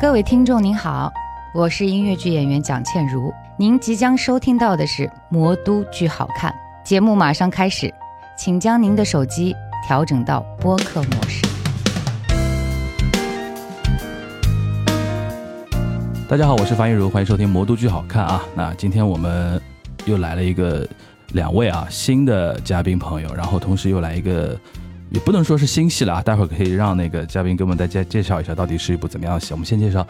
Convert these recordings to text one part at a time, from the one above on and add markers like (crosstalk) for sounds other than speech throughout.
各位听众您好，我是音乐剧演员蒋倩茹。您即将收听到的是《魔都剧好看》节目，马上开始，请将您的手机调整到播客模式。大家好，我是樊一茹，欢迎收听《魔都剧好看》啊。那今天我们又来了一个两位啊新的嘉宾朋友，然后同时又来一个。也不能说是新戏了啊，待会儿可以让那个嘉宾给我们大家介绍一下，到底是一部怎么样的戏。我们先介绍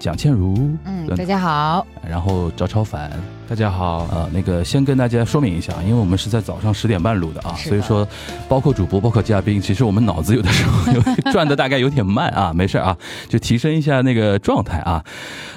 蒋倩茹，嗯，大家 (laughs) 好。然后赵超凡，大家好。呃，那个先跟大家说明一下，因为我们是在早上十点半录的啊，是的所以说包括主播，包括嘉宾，其实我们脑子有的时候有转的大概有点 (laughs) 慢啊，没事儿啊，就提升一下那个状态啊。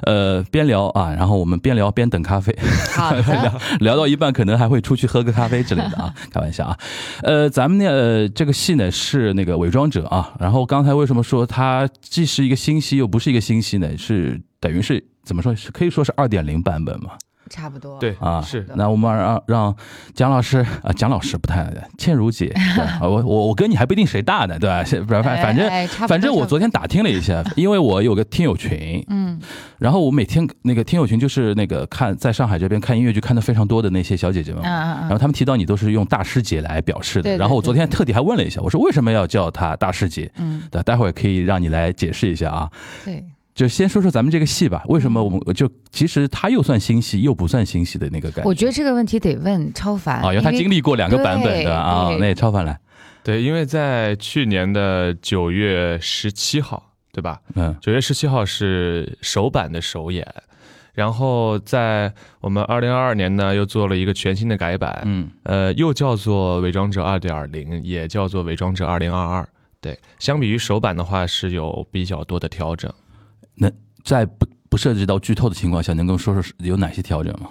呃，边聊啊，然后我们边聊边等咖啡， (laughs) 好的，聊到一半可能还会出去喝个咖啡之类的啊，开玩笑啊。呃，咱们呢、呃、这个戏呢是那个《伪装者》啊，然后刚才为什么说它既是一个新戏又不是一个新戏呢？是等于是怎么说是可以说是二点零版本嘛？ (laughs) 差不多。对啊是的哎那我们让让蒋老师啊，蒋老师不太倩茹姐，对啊我我我跟你还不一定谁大呢，对吧？ (laughs) 是反哎反反正。哎差不多反正我昨天打听了 (laughs) 一下，因为我有个听友群，嗯，然后我每天那个听友群就是那个看在上海这边看音乐剧看的非常多的那些小姐姐们嗯，嗯然后嗯，他们提到你都是用大师姐来表示对对的。然后我对昨天特地还问了一下，我说为什么要叫她大师姐？嗯，对，待会儿可以让你来解释一下啊。对，就先说说咱们这个戏吧，为什么我们就其实它又算新戏又不算新戏的那个感觉？我觉得这个问题得问超凡啊，因为他经历过两个版本对的啊对，那超凡来，对，因为在去年的九月十七号，对吧？嗯九月十七号是首版的首演，然后在我们二零二二年呢，又做了一个全新的改版，嗯，呃，又叫做《伪装者二点零》，也叫做《伪装者二零二二》。对，相比于首版的话，是有比较多的调整。在不不涉及到剧透的情况下，能跟我说说是有哪些调整吗？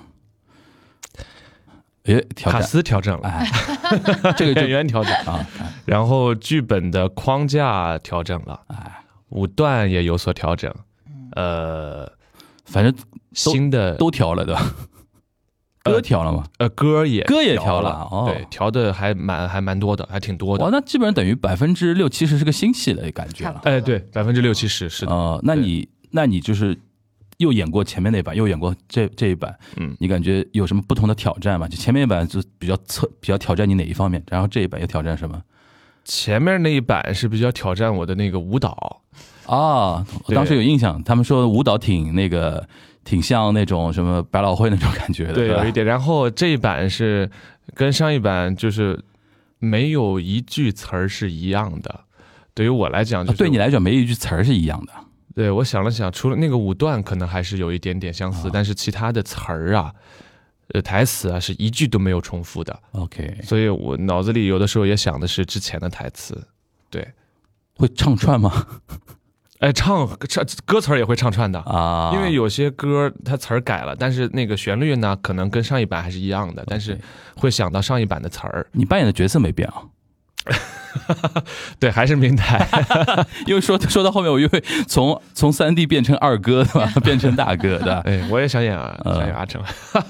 诶，调卡整，斯调整了，哎， (laughs) 这个演就员调整，啊，然后剧本的框架调整了，哎，嗯舞段也有所调整，呃，反正新的都调了对 (laughs) 吧？呃歌调了吗？呃歌也歌也调调了哦对，调的还蛮还蛮多的，还挺多哇，的。那基本上等于百分之六七十是个新戏的感觉差不了。多哎，对，百分之六七十是的，哦，那你那你就是又演过前面那版，又演过这这一版，嗯，你感觉有什么不同的挑战吗？就前面一版就比较测比较挑战你哪一方面，然后这一版又挑战什么？前面那一版是比较挑战我的那个舞蹈，哦，我对当时有印象，他们说舞蹈挺那个，挺像那种什么百老汇那种感觉的，对，吧有一点。然后这一版是跟上一版就是没有一句词儿是一样的。对于我来讲，就啊是对你来讲，每一句词儿是一样的。对我想了想，除了那个舞段可能还是有一点点相似，哦但是其他的词儿啊，呃，台词啊是一句都没有重复的。 OK，所以我脑子里有的时候也想的是之前的台词，会唱串 (laughs) 吗？哎，唱唱歌词儿也会唱串的，啊，因为有些歌它词儿改了，但是那个旋律呢，可能跟上一版还是一样的，但是 OK 会想到上一版的词儿。你扮演的角色没变啊。对，还是明台。因为说 (laughs) 说到后面，我又会从从三弟变成二哥，对 (laughs) 吧？变成大哥，对吧？哎，我也想演啊，呃想演阿成。 (laughs)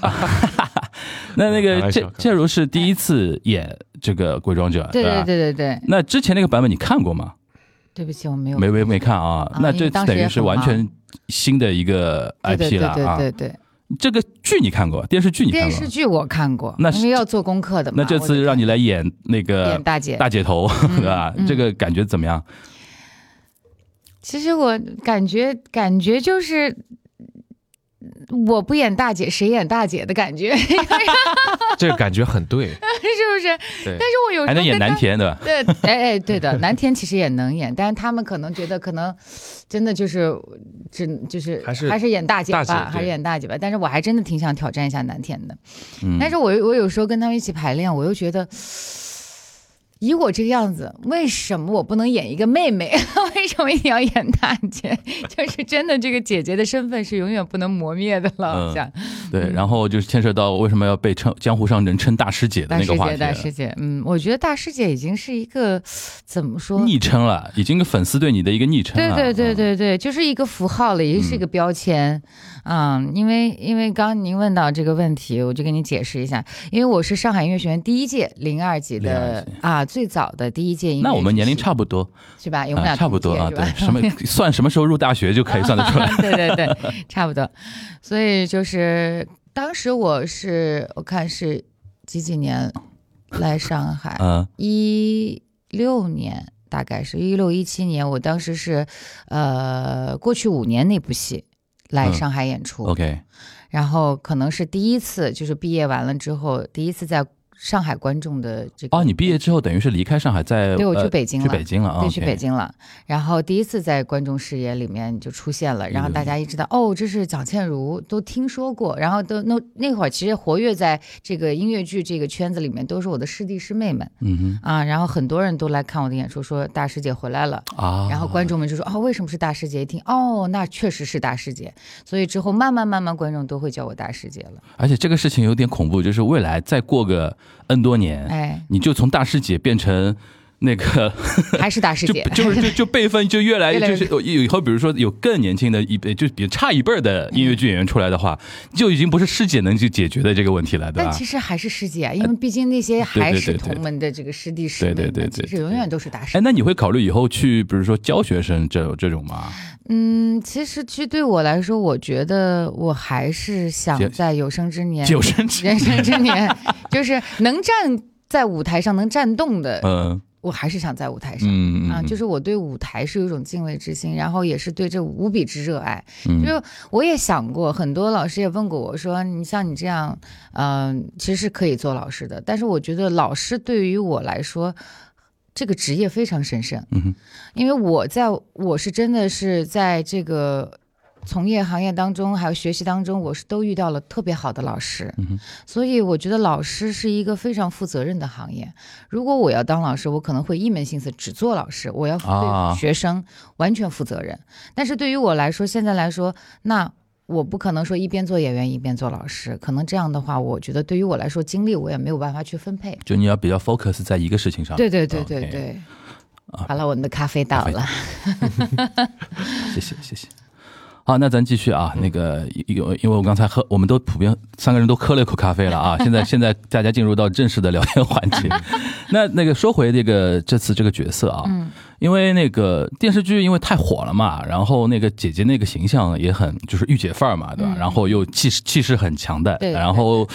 那那开个玩笑这这如是第一次演这个《鬼装者》，对对吧？对对对，那之前那个版本你看过吗？对不起，我没有没没没看啊啊，那因为这当次时等于也是很完忙全新的一个对对 IP 了对啊。对对对。这个剧你看过，电视剧你看电过视，剧我看过，那因是为要做功课的嘛。那这次让你来呃演那我就个演大姐，大姐头， (laughs) 对吧？嗯这个感觉怎么样？其实我感觉感觉就是。我不演大姐，谁演大姐的感觉， (laughs) 是这个感觉很对，不是？对但是我有时候还能跟演他南田，对吧？对，哎哎，对的，南天其实也能演，但是他们可能觉得可能真的就是只就是还是还是演大姐吧，大姐对还是演大姐吧。但是我还真的挺想挑战一下南天的，嗯但是我我有时候跟他们一起排练，我又觉得。 (sighs) 以我这个样子，为什么我不能演一个妹妹？ (laughs) 为什么一定要 (laughs) 演大姐？就是真的，这个姐姐的身份是永远不能磨灭的了，好嗯像。对，嗯然后就是牵涉到为什么要被称江湖上人称大师姐的大那个师话姐，题大了，师姐，嗯，我觉得大师姐已经是一个怎么说？昵称了，已经跟粉丝对你的一个昵称对了。对对嗯，对对，就是一个符号了，也是一个标签，嗯，因为因为刚刚您问到这个问题，我就给你解释一下，因为我是上海音乐学院第一届零二级02的级啊，最早的第一届音乐，那我们年龄差不多，是吧？有我们啊，俩差不多同届啊，是对吧，什么算什么时候入大学就可以算得 (laughs) 出来。对对对，差不多。所以就是当时我是我看是几几年来上海，嗯，一六年大概是一六一七年，我当时是呃过去五年那部戏来嗯上海演出， OK，然后可能是第一次就是毕业完了之后第一次在上海观众的这个哦，你毕业之后等于是离开上海，在对我去呃北京去了。北京了啊，对， OK 去北。京了。然后第一次在观众视野里面就出现了，然后大家一直到哦，这是蒋倩茹，都听说过。然后都那那会儿其实活跃在这个音乐剧这个圈子里面，都是我的师弟师妹们嗯啊。然后很多人都来看我的演出，说大师姐回来了。哼啊，然后观众们就说：“哦，为什么是大师姐？”一听，哦，那确实是大师姐。所以之后慢慢慢慢，观众都会叫我大师姐了。而且这个事情有点恐怖，就是未来再过个 N 多年，哎，你就从大师姐变成那个，还是大师 (laughs) 就姐，就是就就辈分就越来 (laughs) 越来就越是以后，比如说有更年轻的一辈，就比差一辈儿的音乐剧演员出来的话，就已经不是师姐能去解决的这个问题了，对但吧？其实还是师姐，因为毕竟那些对还对是对对同门的这个师弟师妹对们，对对对其实永远都是大师姐哎，那你会考虑以后去，比如说教学生这这种吗？嗯，其实其实对我来说，我觉得我还是姐想在有生之年、有生之人生之年，就是能站在舞台上能站动的，嗯我还是想在舞台上。嗯啊，就是是我对舞台是有一种敬畏之心，然后也是对这无比之热爱。嗯就是我也想过，很多老师也问过我说，你像你这样，嗯、其实是可以做老师的，但是我觉得老师对于我来说，这个职业非常神圣。嗯哼因为我在我是真的是在这个从业行业当中，还有学习当中，我是都遇到了特别好的老师，嗯哼所以我觉得老师是一个非常负责任的行业。如果我要当老师，我可能会一门心思只做老师，我要啊对学生完全负责任。但是对于我来说，现在来说，那。我不可能说一边做演员一边做老师，可能这样的话，我觉得对于我来说，精力我也没有办法去分配。就你要比较 focus 在一个事情上。对对对对啊 OK 对。啊好了，我们的咖啡到咖啡了。谢谢谢谢。好，那咱继续啊，嗯那个因因为因为我刚才喝，我们都普遍三个人都喝了一口咖啡了啊，现 (laughs) 在现在大家进入到正式的聊天环节。那那个说回这个这次这个角色啊，嗯因为那个电视剧因为太火了嘛，然后那个姐姐那个形象也很就是御姐范儿嘛，对吧？嗯然后又气势气势很强的，对然后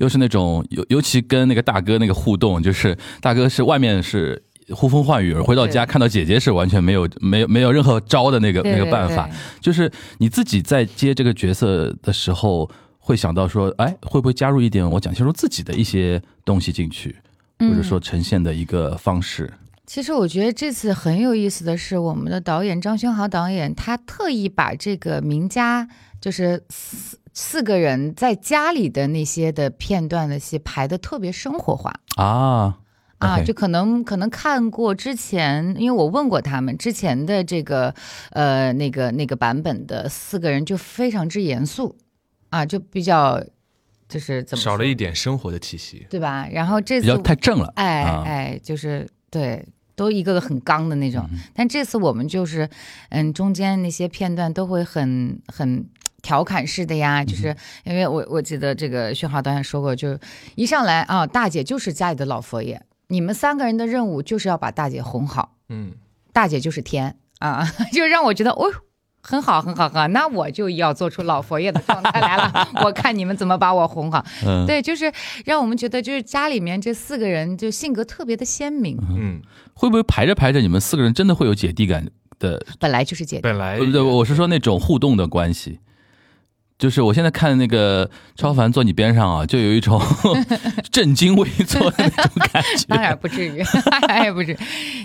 又是那种尤尤其跟那个大哥那个互动，就是大哥是外面是。呼风唤雨，回到家对看到姐姐是完全没有、没有、没有任何招的那个那对个对办对法，就是你自己在接这个角色的时候，会想到说，哎，会不会加入一点我讲清楚自己的一些东西进去，嗯或者说呈现的一个方式？其实我觉得这次很有意思的是，我们的导演张勋豪导演，他特意把这个名家就是四四个人在家里的那些的片段的戏排的特别生活化。啊啊， OK 就可能可能看过之前，因为我问过他们之前的这个呃那个那个版本的四个人就非常之严肃，啊，就比较就是怎么少了说一点生活的气息。对吧？然后这比次较太正了，哎啊哎，就是对，都一个个很刚的那种。但这次我们就是，嗯，中间那些片段都会很很。调侃式的呀，就是因为我我记得这个薛华导演说过，就一上来啊，大姐就是家里的老佛爷，你们三个人的任务就是要把大姐哄好，嗯，大姐就是天啊， (laughs) 就让我觉得哦，很好很好很好，那我就要做出老佛爷的状态来了，我看你们怎么把我哄好。嗯，对，就是让我们觉得，就是家里面这四个人就性格特别的鲜明，嗯，会不会排着排着你们四个人真的会有姐弟感的？本来就是姐弟。本来呃对，我是说那种互动的关系。就是我现在看那个超凡坐你边上啊，就有一种 (laughs) 震惊畏缩的那种感觉。 (laughs) 当然不至于，哎，不是，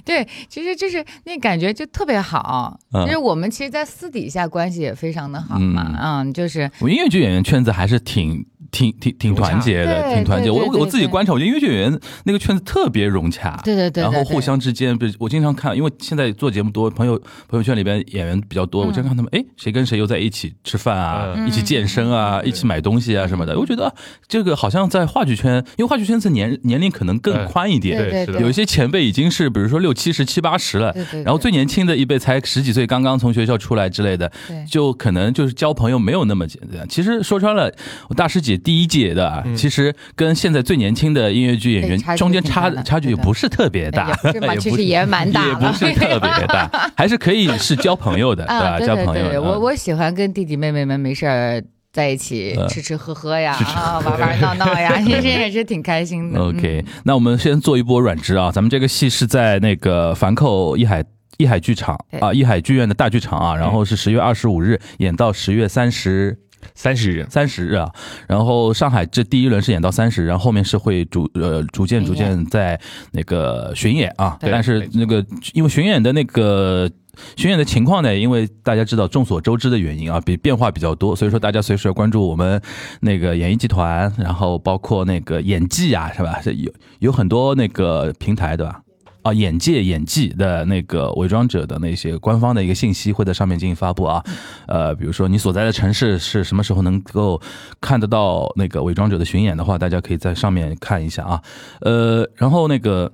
对，其实就是那感觉就特别好，嗯就是我们其实，在私底下关系也非常的好嘛，嗯，就是我们音乐剧演员圈子还是挺挺挺挺融洽团结的，对挺团结。对对我对我自己对观察，我觉得音乐学员那个圈子特别融洽，对对对，然后对互。相之间，比如我经常看，因为现在做节目多，朋友朋友圈里边演员比较多，嗯我经常看他们，哎，谁跟谁又在一起吃饭啊，嗯一起健身啊，嗯一起买东西啊什么的。我觉得啊这个好像在话剧圈，因为话剧圈子年年龄可能更哎宽一点，对对是对，的有一些前辈已经是比如说六七十、七八十了。对对对，然后最年轻的一辈才十几岁，刚刚从学校出来之类的，对就可能就是交朋友没有那么简单。其实说穿了，我大师姐第一届的啊，嗯其实跟现在最年轻的音乐剧演对员差距中间挺大差的差距对也的不是特别大，哎也不是嘛不其实也蛮大也了不是特别 (laughs) 大，还是可以是交朋友的，对啊，吧？对交对朋友嗯对，的，我我喜欢跟弟弟妹妹们没事儿在一起嗯吃吃喝喝呀，吃吃啊，玩玩闹闹 (laughs) 呀，其实也是挺开心的。嗯 OK，那我们先做一波软职啊，咱们这个戏是在那个樊扣一海。一海剧场对啊，一海剧院的大剧场啊，然后是十月二十五日演到十月三十三十人，三十日啊，然后上海这第一轮是演到三十，然后后面是会逐呃逐渐逐巡演渐在那个巡演啊，对但是没错那个因为巡演的那个。巡演的情况呢，因为大家知道众所周知的原因啊，比变化比较多，所以说大家随时要关注我们那个演艺集团，然后包括那个演技啊，是吧？是有有很多那个平台，对吧？啊，眼界演技的那个伪装者的那些官方的一个信息会在上面进行发布啊，呃，比如说你所在的城市是什么时候能够看得到那个伪装者的巡演的话，大家可以在上面看一下啊。呃，然后那个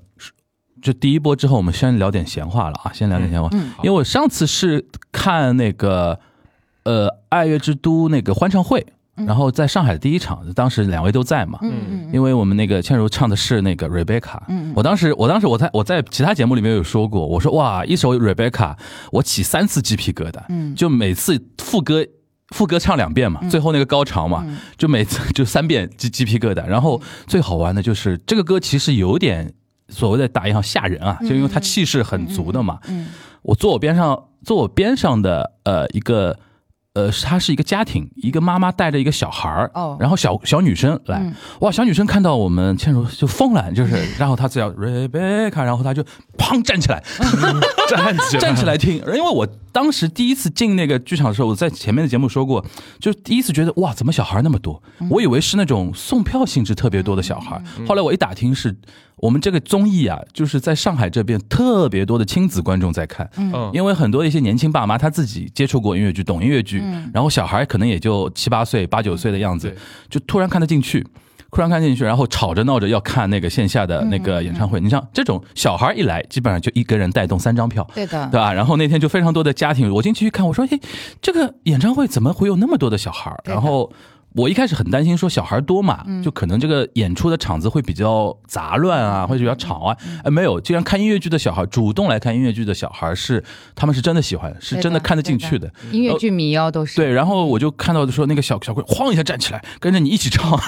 就第一波之后，我们先聊点闲话了啊，先聊点闲话，嗯，因为我上次是看那个呃《爱乐之都》那个欢唱会，嗯然后在上海的第一场，当时两位都在嘛，嗯嗯嗯因为我们那个倩茹唱的是那个 Rebecca，嗯嗯我当时我当时我在我在其他节目里面有说过，我说哇，一首 Rebecca 我起三次鸡皮疙瘩，嗯就每次副歌副歌唱两遍嘛，最后那个高潮嘛，嗯就每次 (laughs) 就三遍鸡鸡皮疙瘩。然后最好玩的就是这个歌其实有点所谓的打一行吓人啊，嗯就因为它气势很足的嘛。嗯我坐我边上坐我边上的呃一个呃，她是一个家庭，一个妈妈带着一个小孩儿，哦然后小小女生来，嗯哇，小女生看到我们倩茹就疯了， (laughs) 就是然后她只要 Rebecca，然后她就砰 (laughs) 站起来，站起 (laughs) 来，站起来听，因为我当时第一次进那个剧场的时候，我在前面的节目说过，就第一次觉得哇，怎么小孩那么多？嗯我以为是那种送票性质特别多的小孩，后来我一打听是我们这个综艺啊，就是在上海这边特别多的亲子观众在看，嗯，因为很多一些年轻爸妈他自己接触过音乐剧，懂音乐剧，然后小孩可能也就七八岁、八九岁的样子对，就突然看得进去。突然看进去，然后吵着闹着要看那个线下的那个演唱会。你像这种小孩一来，基本上就一个人带动三张票，对的，对吧？然后那天就非常多的家庭，我进去一看，我说，嘿，这个演唱会怎么会有那么多的小孩儿？对的然后我一开始很担心说小孩多嘛，就可能这个演出的场子会比较杂乱啊，会比较吵啊。哎，没有，竟然看音乐剧的小孩，主动来看音乐剧的小孩是他们是真的喜欢，是真的看得进去的。音乐剧迷哦都是对，然后我就看到说那个小小鬼晃一下站起来，跟着你一 (laughs) 起唱，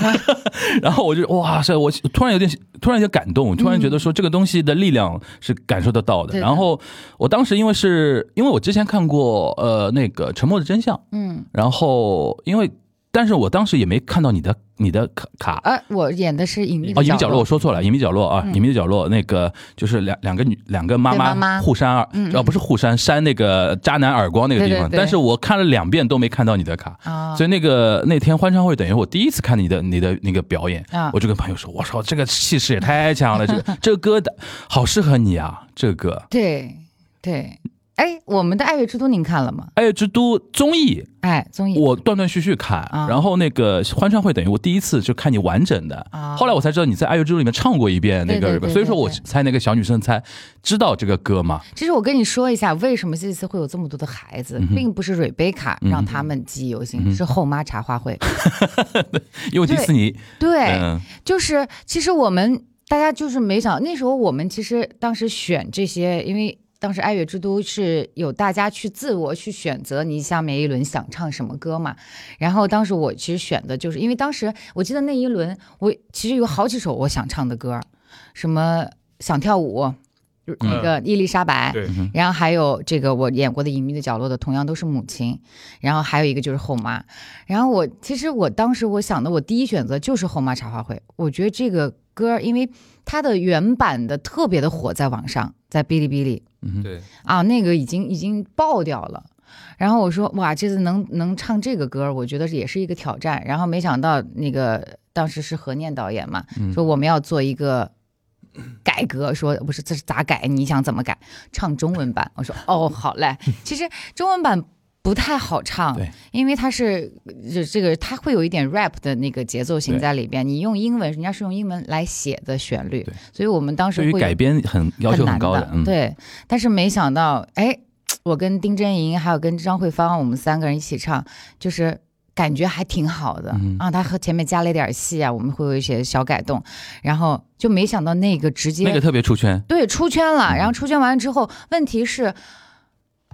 然后我就哇塞，我突然有点突然有点感动，突然觉得说这个东西的力量是感受得到嗯的。对的然后我当时因为是因为我之前看过呃那个《沉默的真相》，嗯。然后因为但是我当时也没看到你的你的卡卡。啊，我演的是隐秘的哦，隐秘角角嗯落，我说错了，隐秘角落啊，隐秘角落，那个就是两两个女两个妈对妈妈互扇耳，嗯嗯哦，不是互扇，扇那个渣男耳光那个地对对方，对但是我看了两遍都没看到你的卡，啊，所以那个那天欢唱会等于我第一次看你的你的那个表演，啊我就跟朋友说，我操，这个气势也太强了，这 (laughs) 个这个歌的好适合你啊，这个歌。对对，哎，我们的《爱乐之都》您看了吗？爱乐之哎都综艺，哎，综艺我断断续续看，啊然后那个欢唱会等于我第一次就看你完整的，啊后来我才知道你在《爱乐之都》里面唱过一遍那个对对日本，对所以说对我对猜那个小女生才知道这个歌嘛，其实我跟你说一下，为什么这次会有这么多的孩子，嗯并不是瑞贝卡让他们记忆犹新，是后妈茶话会。嗯因为迪士尼，对，嗯，就是其实我们大家就是没想，那时候我们其实当时选这些，因为。当时《爱乐之都》是有大家去自我去选择你下面一轮想唱什么歌嘛，然后当时我其实选的就是，因为当时我记得那一轮我其实有好几首我想唱的歌，什么想跳舞，那个伊丽莎白，对，然后还有这个我演过的《隐秘的角落》的，同样都是母亲，然后还有一个就是后妈。然后我其实我当时我想的，我第一选择就是后妈茶话会。我觉得这个歌儿，因为它的原版的特别的火，在网上，在哔哩哔哩嗯对，啊，那个已经已经爆掉了。然后我说哇，这次能能唱这个歌，我觉得也是一个挑战。然后没想到那个当时是何念导演嘛，嗯说我们要做一个改革，说不是这是咋改？你想怎么改？唱中文版。我说哦，好 (laughs) 嘞。其实中文版。不太好唱对，因为它是这这个，它会有一点 rap 的那个节奏型对在里边。你用英文，人家是用英文来写的旋律对，所以我们当时对于会改编很要求很高难嗯，对。但是没想到，哎，我跟丁真莹还有跟张慧芳，我们三个人一起唱，就是感觉还挺好的、嗯啊。他和前面加了一点戏啊，我们会有一些小改动，然后就没想到那个直接、那个特别出圈，对出圈了。嗯然后出圈完之后，问题是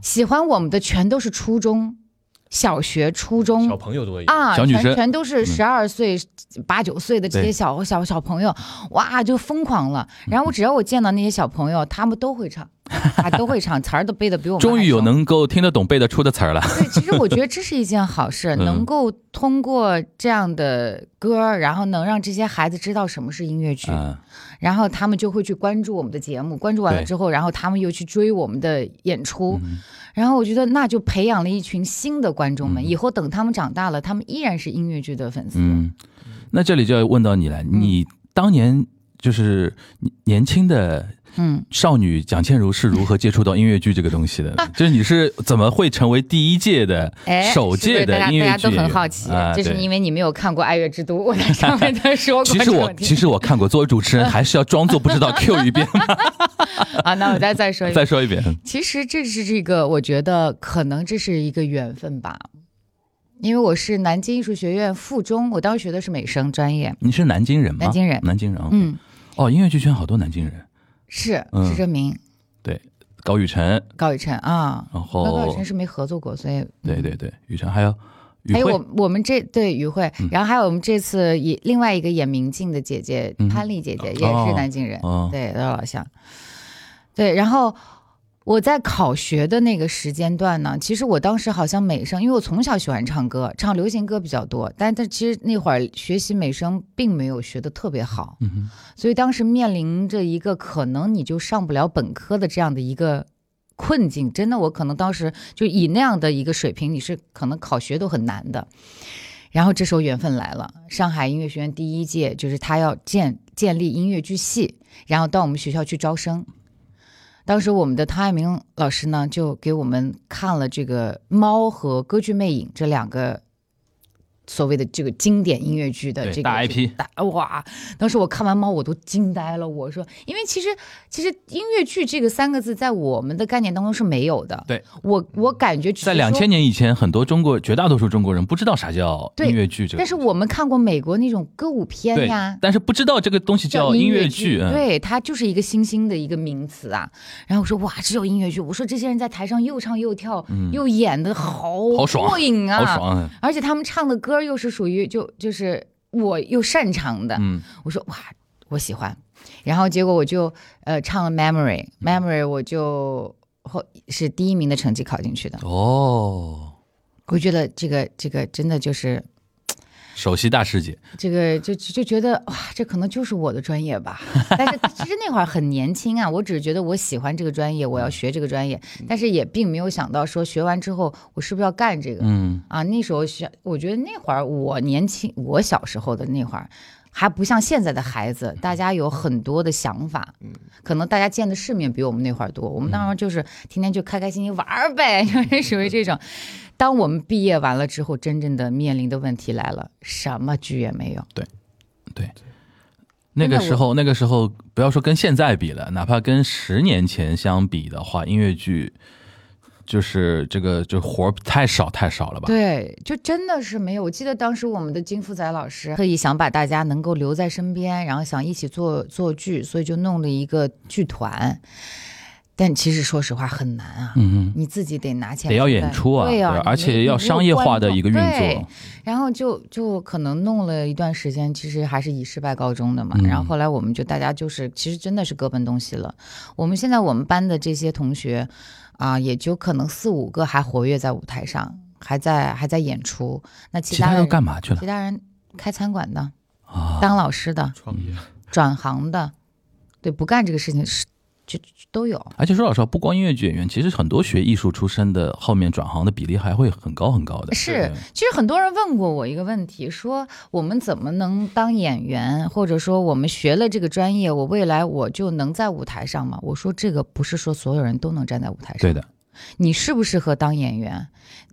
喜欢我们的全都是初中、小学、初中小朋友都会有啊，小女全生全都是嗯十二岁、八九岁的这些对嗯小小小朋友，哇，就疯狂了。然后我只要我见到那些小朋友，他们都会唱，啊，都会唱，词儿都背的比我们 (laughs) 终于有还熟能够听得懂、背得出的词儿了。对，其实我觉得这是一件好事， (laughs) 嗯能够通过这样的歌儿，然后能让这些孩子知道什么是音乐剧，嗯，然后他们就会去关注我们的节目，关注完了对之后，然后他们又去追我们的演出，嗯然后我觉得那就培养了一群新的观众们，嗯以后等他们长大了，他们依然是音乐剧的粉丝。嗯，那这里就要问到你了，嗯你当年就是你年轻的嗯少女蒋倩茹是如何接触到音乐剧这个东西 (laughs) 的？就是你是怎么会成为第一届的哎，首是不是届的大家音乐大家剧都演员很好奇，啊就是对因为你没有看过《爱乐之都》，我在上 (laughs) 面都说过其这实个我问题。其实我看过，作为主持人还是要装作不知道 Q 一 (laughs) 遍，啊，那我再再说一再遍。说一遍。其实这是这个，我觉得可能这是一个缘分吧，因为我是南京艺术学院附中，我当时学的是美声专业，你是南京人吗？南京人南京人哦。嗯，哦，音乐剧圈好多南京人，是嗯是这名高雨辰，高雨辰啊，然那高雨后辰是没合作过，所以对对对，雨辰还有雨还有慧，我我们这对于慧嗯，然后还有我们这次也另外一个演明镜的姐姐嗯潘丽姐姐也哦是南京人，哦，对，都老乡。对，然后我在考学的那个时间段呢，其实我当时好像美声，因为我从小喜欢唱歌，唱流行歌比较多，但但其实那会儿学习美声并没有学的特别好，嗯哼，所以当时面临着一个可能你就上不了本科的这样的一个。困境真的，我可能当时就以那样的一个水平，你是可能考学都很难的。然后这时候缘分来了，上海音乐学院第一届就是他要建建立音乐剧系，然后到我们学校去招生。当时我们的汤爱明老师呢，就给我们看了这个《猫》和《歌剧魅影》这两个所谓的这个经典音乐剧的对这个大 IP 大哇！当啊时我看完《猫》，我都惊呆了。我说，因为其实其实音乐剧这个三个字在我们的概念当中是没有的。对，我我感觉只是在两说千年以前，很多中国绝大多数中国人不知道啥叫对音乐剧这个但是我们看过美国那种歌舞片对呀，，但是不知道这个东西叫音乐剧，嗯，对，它就是一个新兴的一个名词啊。然后我说哇，只有音乐剧，我说这些人在台上又唱又跳，又演的好嗯好爽过瘾啊，好爽，嗯而且他们唱的歌又是属于就就是我又擅长的，嗯，我说哇，我喜欢。然后结果我就呃唱了 Memory Memory，我就后是第一名的成绩考进去的。哦，我觉得这个这个真的就是首席大师姐，这个就就就觉得哇，这可能就是我的专业吧。 (laughs) 但是其实那会儿很年轻啊，我只是觉得我喜欢这个专业，我要学这个专业，但是也并没有想到说学完之后我是不是要干这个嗯，啊。那时候学，我觉得那会儿我年轻，我小时候的那会儿。还不像现在的孩子，大家有很多的想法，可能大家见的世面比我们那会儿多。我们当时就是天天就开开心心玩儿呗， (laughs) 就是属于这种。当我们毕业完了之后，真正的面临的问题来了，什么剧也没有。那真个的时候，那个时候不要说跟现在比了，哪怕跟十年前相比的话，音乐剧就是这个就活儿太少太少了吧？对，就真的是没有。我记得当时我们的金富仔老师特意想把大家能够留在身边，然后想一起做做剧，所以就弄了一个剧团。但其实说实话很难啊，嗯你自己得拿钱哼，得要去演办出啊，对呀、对你而没且要商业化的一个运。你没有观作众对，然后就就可能弄了一段时间，其实还是以失败告终的嘛。嗯然后后来我们就大家就是，其实真的是各奔东西了。我们现在我们班的这些同学啊、也就可能四五个还活跃在舞台上，还在还在演出。那其其他他人要干嘛去了其他人开餐馆的、啊？当老师的、创业，转行的，对，不干这个事情是就就都有。而且说老实话，不光音乐剧演员，其实很多学艺术出身的后面转行的比例还会很高很高的。是，其实很多人问过我一个问题，说我们怎么能当演员，或者说我们学了这个专业，我未来我就能在舞台上吗？我说这个不是说所有人都能站在舞台上，对的，你适不适合当演员，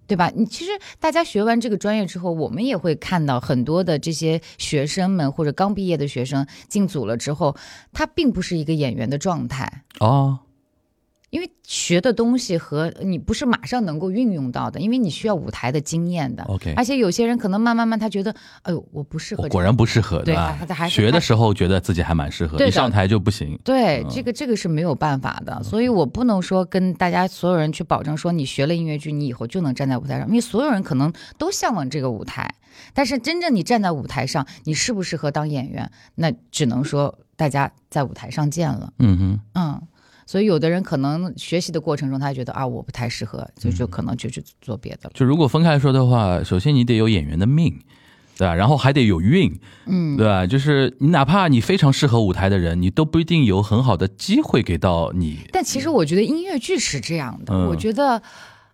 对吧？你其实大家学完这个专业之后，我们也会看到很多的这些学生们或者刚毕业的学生进组了之后，他并不是一个演员的状态。哦，因为学的东西和你不是马上能够运用到的，因为你需要舞台的经验的。 OK 而且有些人可能慢慢慢，他觉得，哎呦，我不适合这我个。果然不适合，对吧还？还是学的时候觉得自己还蛮适合，对的一上台就不行。对，嗯这个这个是没有办法的，所以我不能说跟大家所有人去保证说你学了音乐剧，你以后就能站在舞台上，因为所有人可能都向往这个舞台，但是真正你站在舞台上，你适不适合当演员，那只能说大家在舞台上见了，嗯哼，嗯，所以有的人可能学习的过程中，他觉得啊我不太适合，就嗯就可能就去做别的了，就如果分开来说的话，首先你得有演员的命，对吧？然后还得有运，嗯，对吧？就是你哪怕你非常适合舞台的人，你都不一定有很好的机会给到你。但其实我觉得音乐剧是这样的，嗯我觉得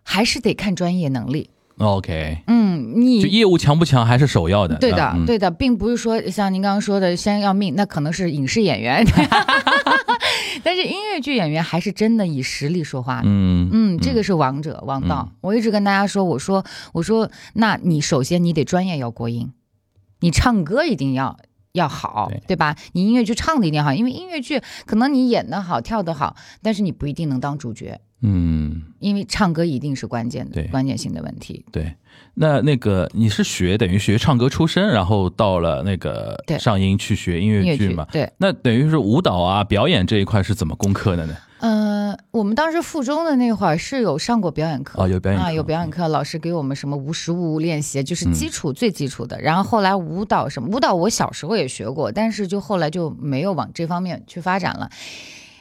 还是得看专业能力， OK，嗯，你就业务强不强还是首要的。对的，嗯对的，并不是说像您刚刚说的先要命，那可能是影视演 (laughs) 员， (laughs) 但是音乐剧演员还是真的以实力说话的。嗯嗯，这个是王者王道。我一直跟大家说，我说我说，那你首先你得专业要过硬，你唱歌一定要要好，对对吧？你音乐剧唱的一定好，因为音乐剧可能你演的好，跳的好，但是你不一定能当主角，嗯，因为唱歌一定是关键的对关键性的问题。对。那那个你是学等于学唱歌出身，然后到了那个对上音去学音音乐乐剧剧嘛？对，那等于是舞蹈啊、表演这一块是怎么攻克的呢？嗯，我们当时附中的那会儿是有上过表演课哦有表演啊，课嗯有表演课，老师给我们什么无实物练习，就是基础最基础的。然后后来舞蹈什么舞蹈，我小时候也学过，但是就后来就没有往这方面去发展了。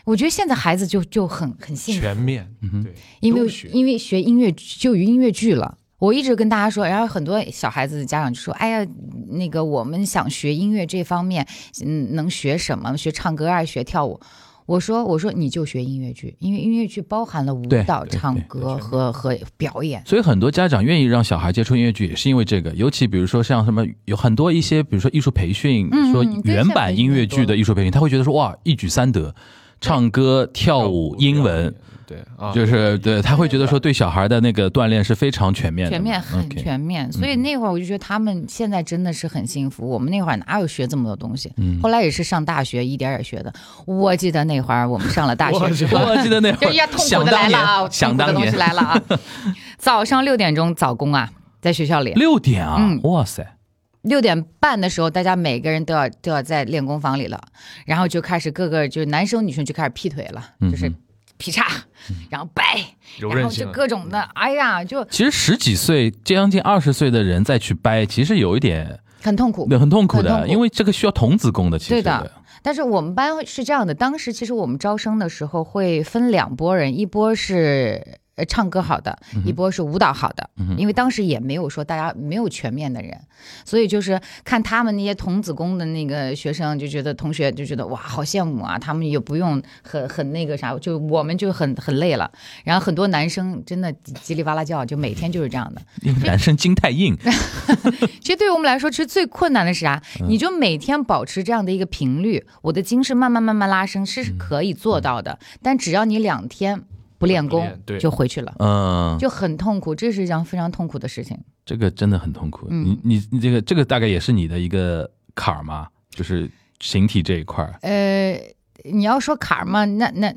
我觉得现在孩子就就很很幸福，全面，对，因为都学因为学音乐剧就音乐剧了。我一直跟大家说，然后很多小孩子的家长就说：“哎呀，那个我们想学音乐这方面，嗯，能学什么？学唱歌啊，学跳舞？”我说：“我说你就学音乐剧，因为音乐剧包含了舞对蹈、对对唱对歌和和表演。所以很多家长愿意让小孩接触音乐剧，也是因为这个。尤其比如说像什么，有很多一些，比如说艺术培训，嗯嗯说嗯原版音乐剧的艺术培训，他会觉得说哇，一举三得，唱歌、跳舞、英文，，对啊，就是对，他会觉得说对小孩的那个锻炼是非常全面的嘛，全面很 OK 嗯全面，所以那会儿我就觉得他们现在真的是很幸福。我们那会儿哪有学这么多东西？嗯后来也是上大学一点点学的。我记得那会儿我们上了大学我之知后道，我记得那会就儿，要痛苦想的来当了啊！年，痛苦想的当东年西来了 (laughs) 啊！早上六点钟早工啊，在学校里，六点啊嗯，哇塞，六点半的时候，大家每个人都要都要在练功房里了，然后就开始各个就是男生女生就开始劈腿了，嗯就是劈叉，然后掰，柔然后韧就性，各种的，哎呀，就其实十几岁将近二十岁的人再去掰，其实有一点很痛苦。很痛苦很的，痛苦因为这个需要童子功的，其实对的但是我们班是这样的，当时其实我们招生的时候会分两拨人，一波是呃唱歌好的，一波是舞蹈好的，因为当时也没有说大家没有全面的人，所以就是看他们那些童子功的那个学生，就觉得同学就觉得哇，好羡慕啊，他们也不用很很那个啥，就我们就很很累了。然后很多男生真的叽叽里哇啦叫，就每天就是这样的。因为男生筋太 (laughs) 硬，其实对于我们来说，其实最困难的是啥？嗯你就每天保持这样的一个频率，我的筋是慢慢慢慢拉伸，是可以做到的。但只要你两天不练嗯不功练，对就回去了，嗯，就很痛苦。这是一件非常痛苦的事情。这个真的很痛苦。嗯你你你这个这个大概也是你的一个坎儿嘛，就是形体这一块儿。呃，你要说坎儿嘛，那那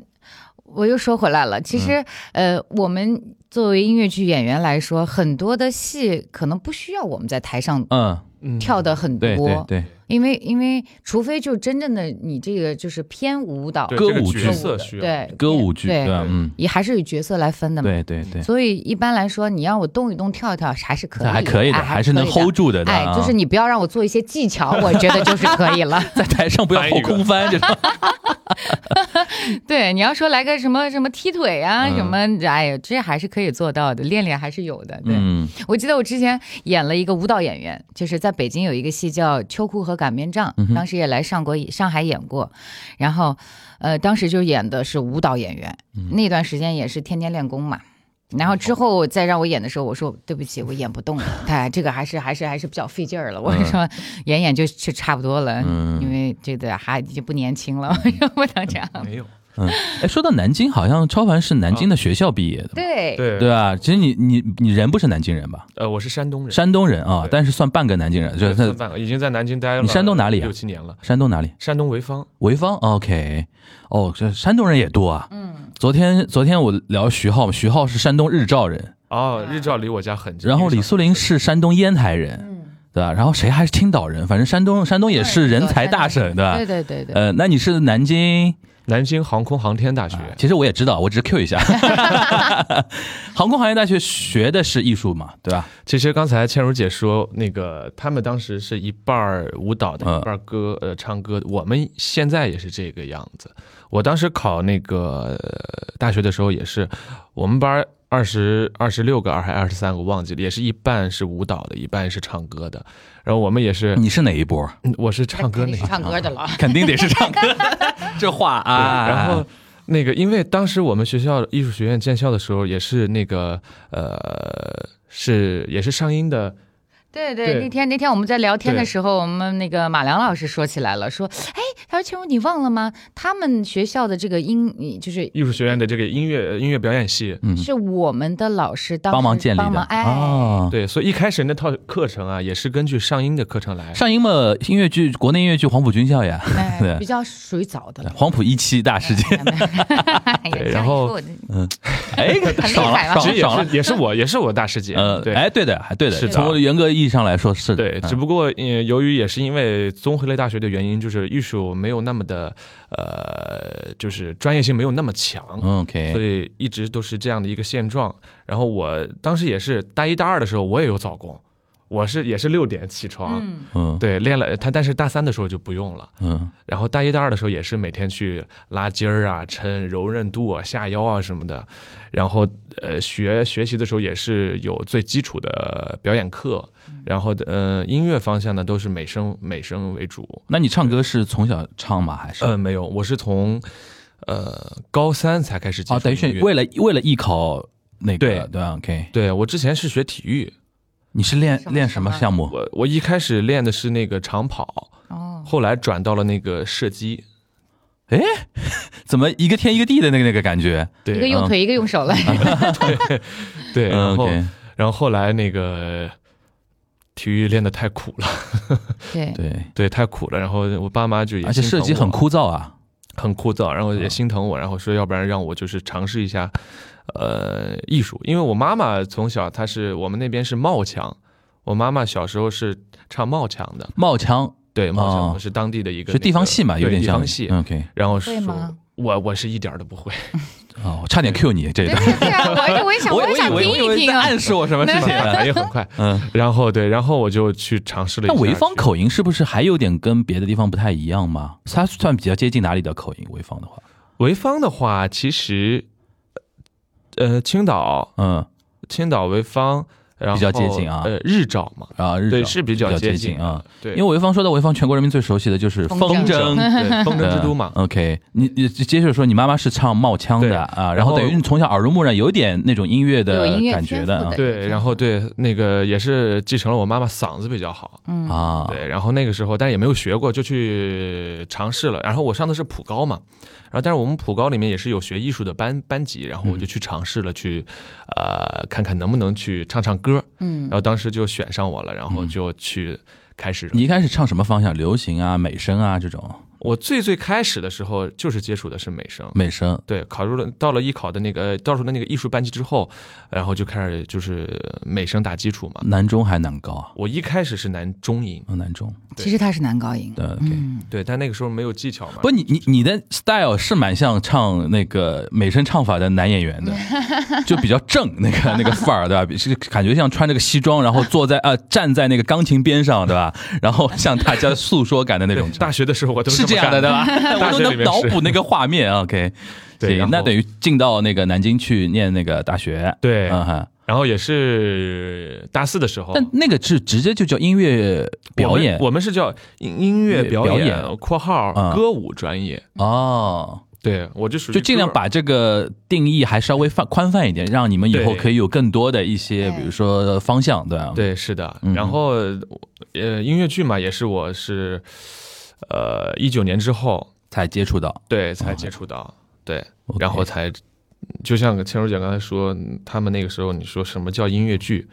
我又说回来了。其实，嗯呃，我们作为音乐剧演员来说，很多的戏可能不需要我们在台上嗯，嗯跳的很对多，对对，因为因为除非就真正的你这个就是偏舞蹈对歌这个舞剧角色需要，对歌舞剧对对吧？嗯，也还是以角色来分的嘛。对对对，所以一般来说，你让我动一动、跳一跳还是可以这的，还可以的，哎还是能可以的 hold 住的。啊嗯哎，就是你不要让我做一些技巧，我觉得就是可以 (laughs) 了。在台上不要后 (laughs) 空翻，这种。对，你要说来个什么什么踢腿啊，嗯什么，哎呀，这还是可以做到的，练练还是有的。对，嗯我记得我之前演了一个舞蹈演员，就是在北京有一个戏叫《秋裤和擀面杖嗯》，哼当时也来上过上海演过，然后呃，当时就演的是舞蹈演员，嗯那段时间也是天天练功嘛。然后之后再让我演的时候，我说对不起，我演不动了，哎，这个还是还是还是比较费劲儿了。我说演演就就差不多了，嗯因为这个还就不年轻了，我说 (laughs) 不能这样。没有，哎，说到南京，好像超凡是南京的学校毕业的，对，对对吧？其实你你你人不是南京人吧？呃，我是山东人，山东人啊，对但是算半个南京人，就对是算他半个已经在南京待了。你山东哪里啊六七年了，山东哪里？山东潍坊。潍坊，OK，哦，这山东人也多啊。嗯，昨天昨天我聊徐浩，徐浩是山东日照人，哦，日照离我家很近。然后李素玲是山东烟台人，嗯，对吧？然后谁还是青岛人？反正山东山东也是人才大省，对吧对？对对对，呃，那你是南京？南京航空航天大学，其实我也知道，我只是 Q (laughs) 一下。航空航天大学学的是艺术嘛，对吧？其实刚才倩茹姐说，那个他们当时是一半儿舞蹈的，嗯一半儿歌呃唱歌的。我们现在也是这个样子。我当时考那个呃大学的时候也是，我们班二十二十六个还二十三个忘记了，也是一半是舞蹈的，一半是唱歌的。然后我们也是，你是哪一波？嗯我是唱歌肯那定一是唱歌的了，肯定得是 (laughs) 唱歌，这话啊。对然后那个，因为当时我们学校艺术学院建校的时候，也是那个呃，是也是上音的，对对，对那天那天我们在聊天的对时候，我们那个马良老师说起来了，说，哎，他说青茹，你忘了吗？他们学校的这个音，就是艺术学院的这个音乐音乐表演系。嗯，是我们的老师当时帮忙建立帮的忙哎，哦。对，所以一开始那套课程啊，也是根据上音的课程来。上音嘛，音乐剧国内音乐剧黄埔军校呀， (laughs) 对哎比较属于早的了。黄埔一期大事件。对对然后哎，爽害了，吧爽了，其实也爽了。是也是我也是我大师姐，呃，对，哎，对的，还对的，是的从严格意义上来说是的，对，嗯只不过呃，由于也是因为综合类大学的原因，就是艺术没有那么的呃，就是专业性没有那么强，嗯所 OK，以一直都是这样的一个现状。然后我当时也是大一大二的时候，我也有早工，我是也是六点起床，嗯，嗯对，练了他，但是大三的时候就不用了。嗯，然后大一大二的时候也是每天去拉筋儿啊、抻柔韧度啊、下腰啊什么的。然后呃，学学习的时候也是有最基础的表演课。嗯然后呃，音乐方向呢都是美声美声为主。那你唱歌是从小唱吗？还是呃，没有，我是从呃高三才开始接哦，触等于音是乐。为了为了艺考那个对对吧？OK，对我之前是学体育，你是练什么练什么什么项目？我我一开始练的是那个长跑，哦，后来转到了那个射击。怎么一个天一个地的那个那个感觉？一个对用腿，一个用手 (laughs) 了，对，嗯然后、 ，OK，然后后来那个体育练得太苦了，对，对，对，太苦了。然后我爸妈就也而且心疼射击我很枯燥啊，很枯燥，然后也嗯心疼我，然后说要不然让我就是尝试一下，呃，艺术，因为我妈妈从小她是我们那边是冒腔，我妈妈小时候是唱冒腔的，冒腔对，冒腔、哦是当地的一个、是地方戏嘛，有点地像嗯方戏。 OK，然后会吗说，我我是一点儿都不 (laughs) 会，哦，我差点 Q 你这对个， (laughs) 对对啊，我也我也想我也我以想为听我一以为听在啊，暗示我什么事情啊？反应很快。嗯，然后对，然后我就去尝试了一那下。潍坊口音是啊不是还有点跟别的地方不太一样吗？它算比较接近哪里的口音？潍坊的话，潍坊的话，其实，呃，青岛、嗯，青岛、潍坊，然后比较接近啊呃，日照嘛，啊，日对，照是比比较接近的啊。对，因为潍坊说到潍坊，全国人民最熟悉的就是风风筝筝。 (laughs) 对风筝之都嘛，嗯 OK，你你接着说，你妈妈是唱冒腔对的啊，然然后后等于你从小耳濡目染，有点那种音乐有的音乐感觉天的赋啊的对，然后对那个也是继承了我妈妈嗓子比较好，嗯啊，对，然后那个时候但是也没有学过，就去尝试了。然后我上的是普高嘛，然后但是我们普高里面也是有学艺术的班班级，然嗯后我就去尝试了，去呃看看能不能去唱唱歌。嗯然，后当时就选上我了，然后就去开始了。嗯你一开始唱什么方向？流行啊、美声啊这种我最最开始的时候就是接触的是美声。美声。对，考入了到了艺考的那个到入的那个艺术班级之后，然后就开始就是美声打基础嘛。男中还男高啊？我一开始是男中音，嗯，男中。其实他是男高音，对，OK。嗯，对，但那个时候没有技巧嘛。不，你你你的 style 是蛮像唱那个美声唱法的男演员的，就比较正那个那个范儿，对吧？是感觉像穿着个西装，然后坐在呃站在那个钢琴边上，对吧？然后向大家诉说感的那对种，大学的时候我都是这么样的，干对吧？我 (laughs) 大都学里能面脑是补那个画面。OK，对行然后那等于进到那个南京去念那个大学，对嗯哼，然后也是大四的时候，但那个是直接就叫音乐表演我们我们是叫音音乐表表演（括号嗯歌舞专业哦，）。对我就属于就尽量歌把这个定义还稍微泛宽泛一点，让你们以后对可以有更多的一些，哎比如说方向，对吧？，对，是的嗯。然后，呃，音乐剧嘛，也是我是，呃，一九年之后，才接触到。对，才接触到，对，啊 OK 然后才，就像千茹姐刚才说，他们那个时候你说什么叫音乐剧，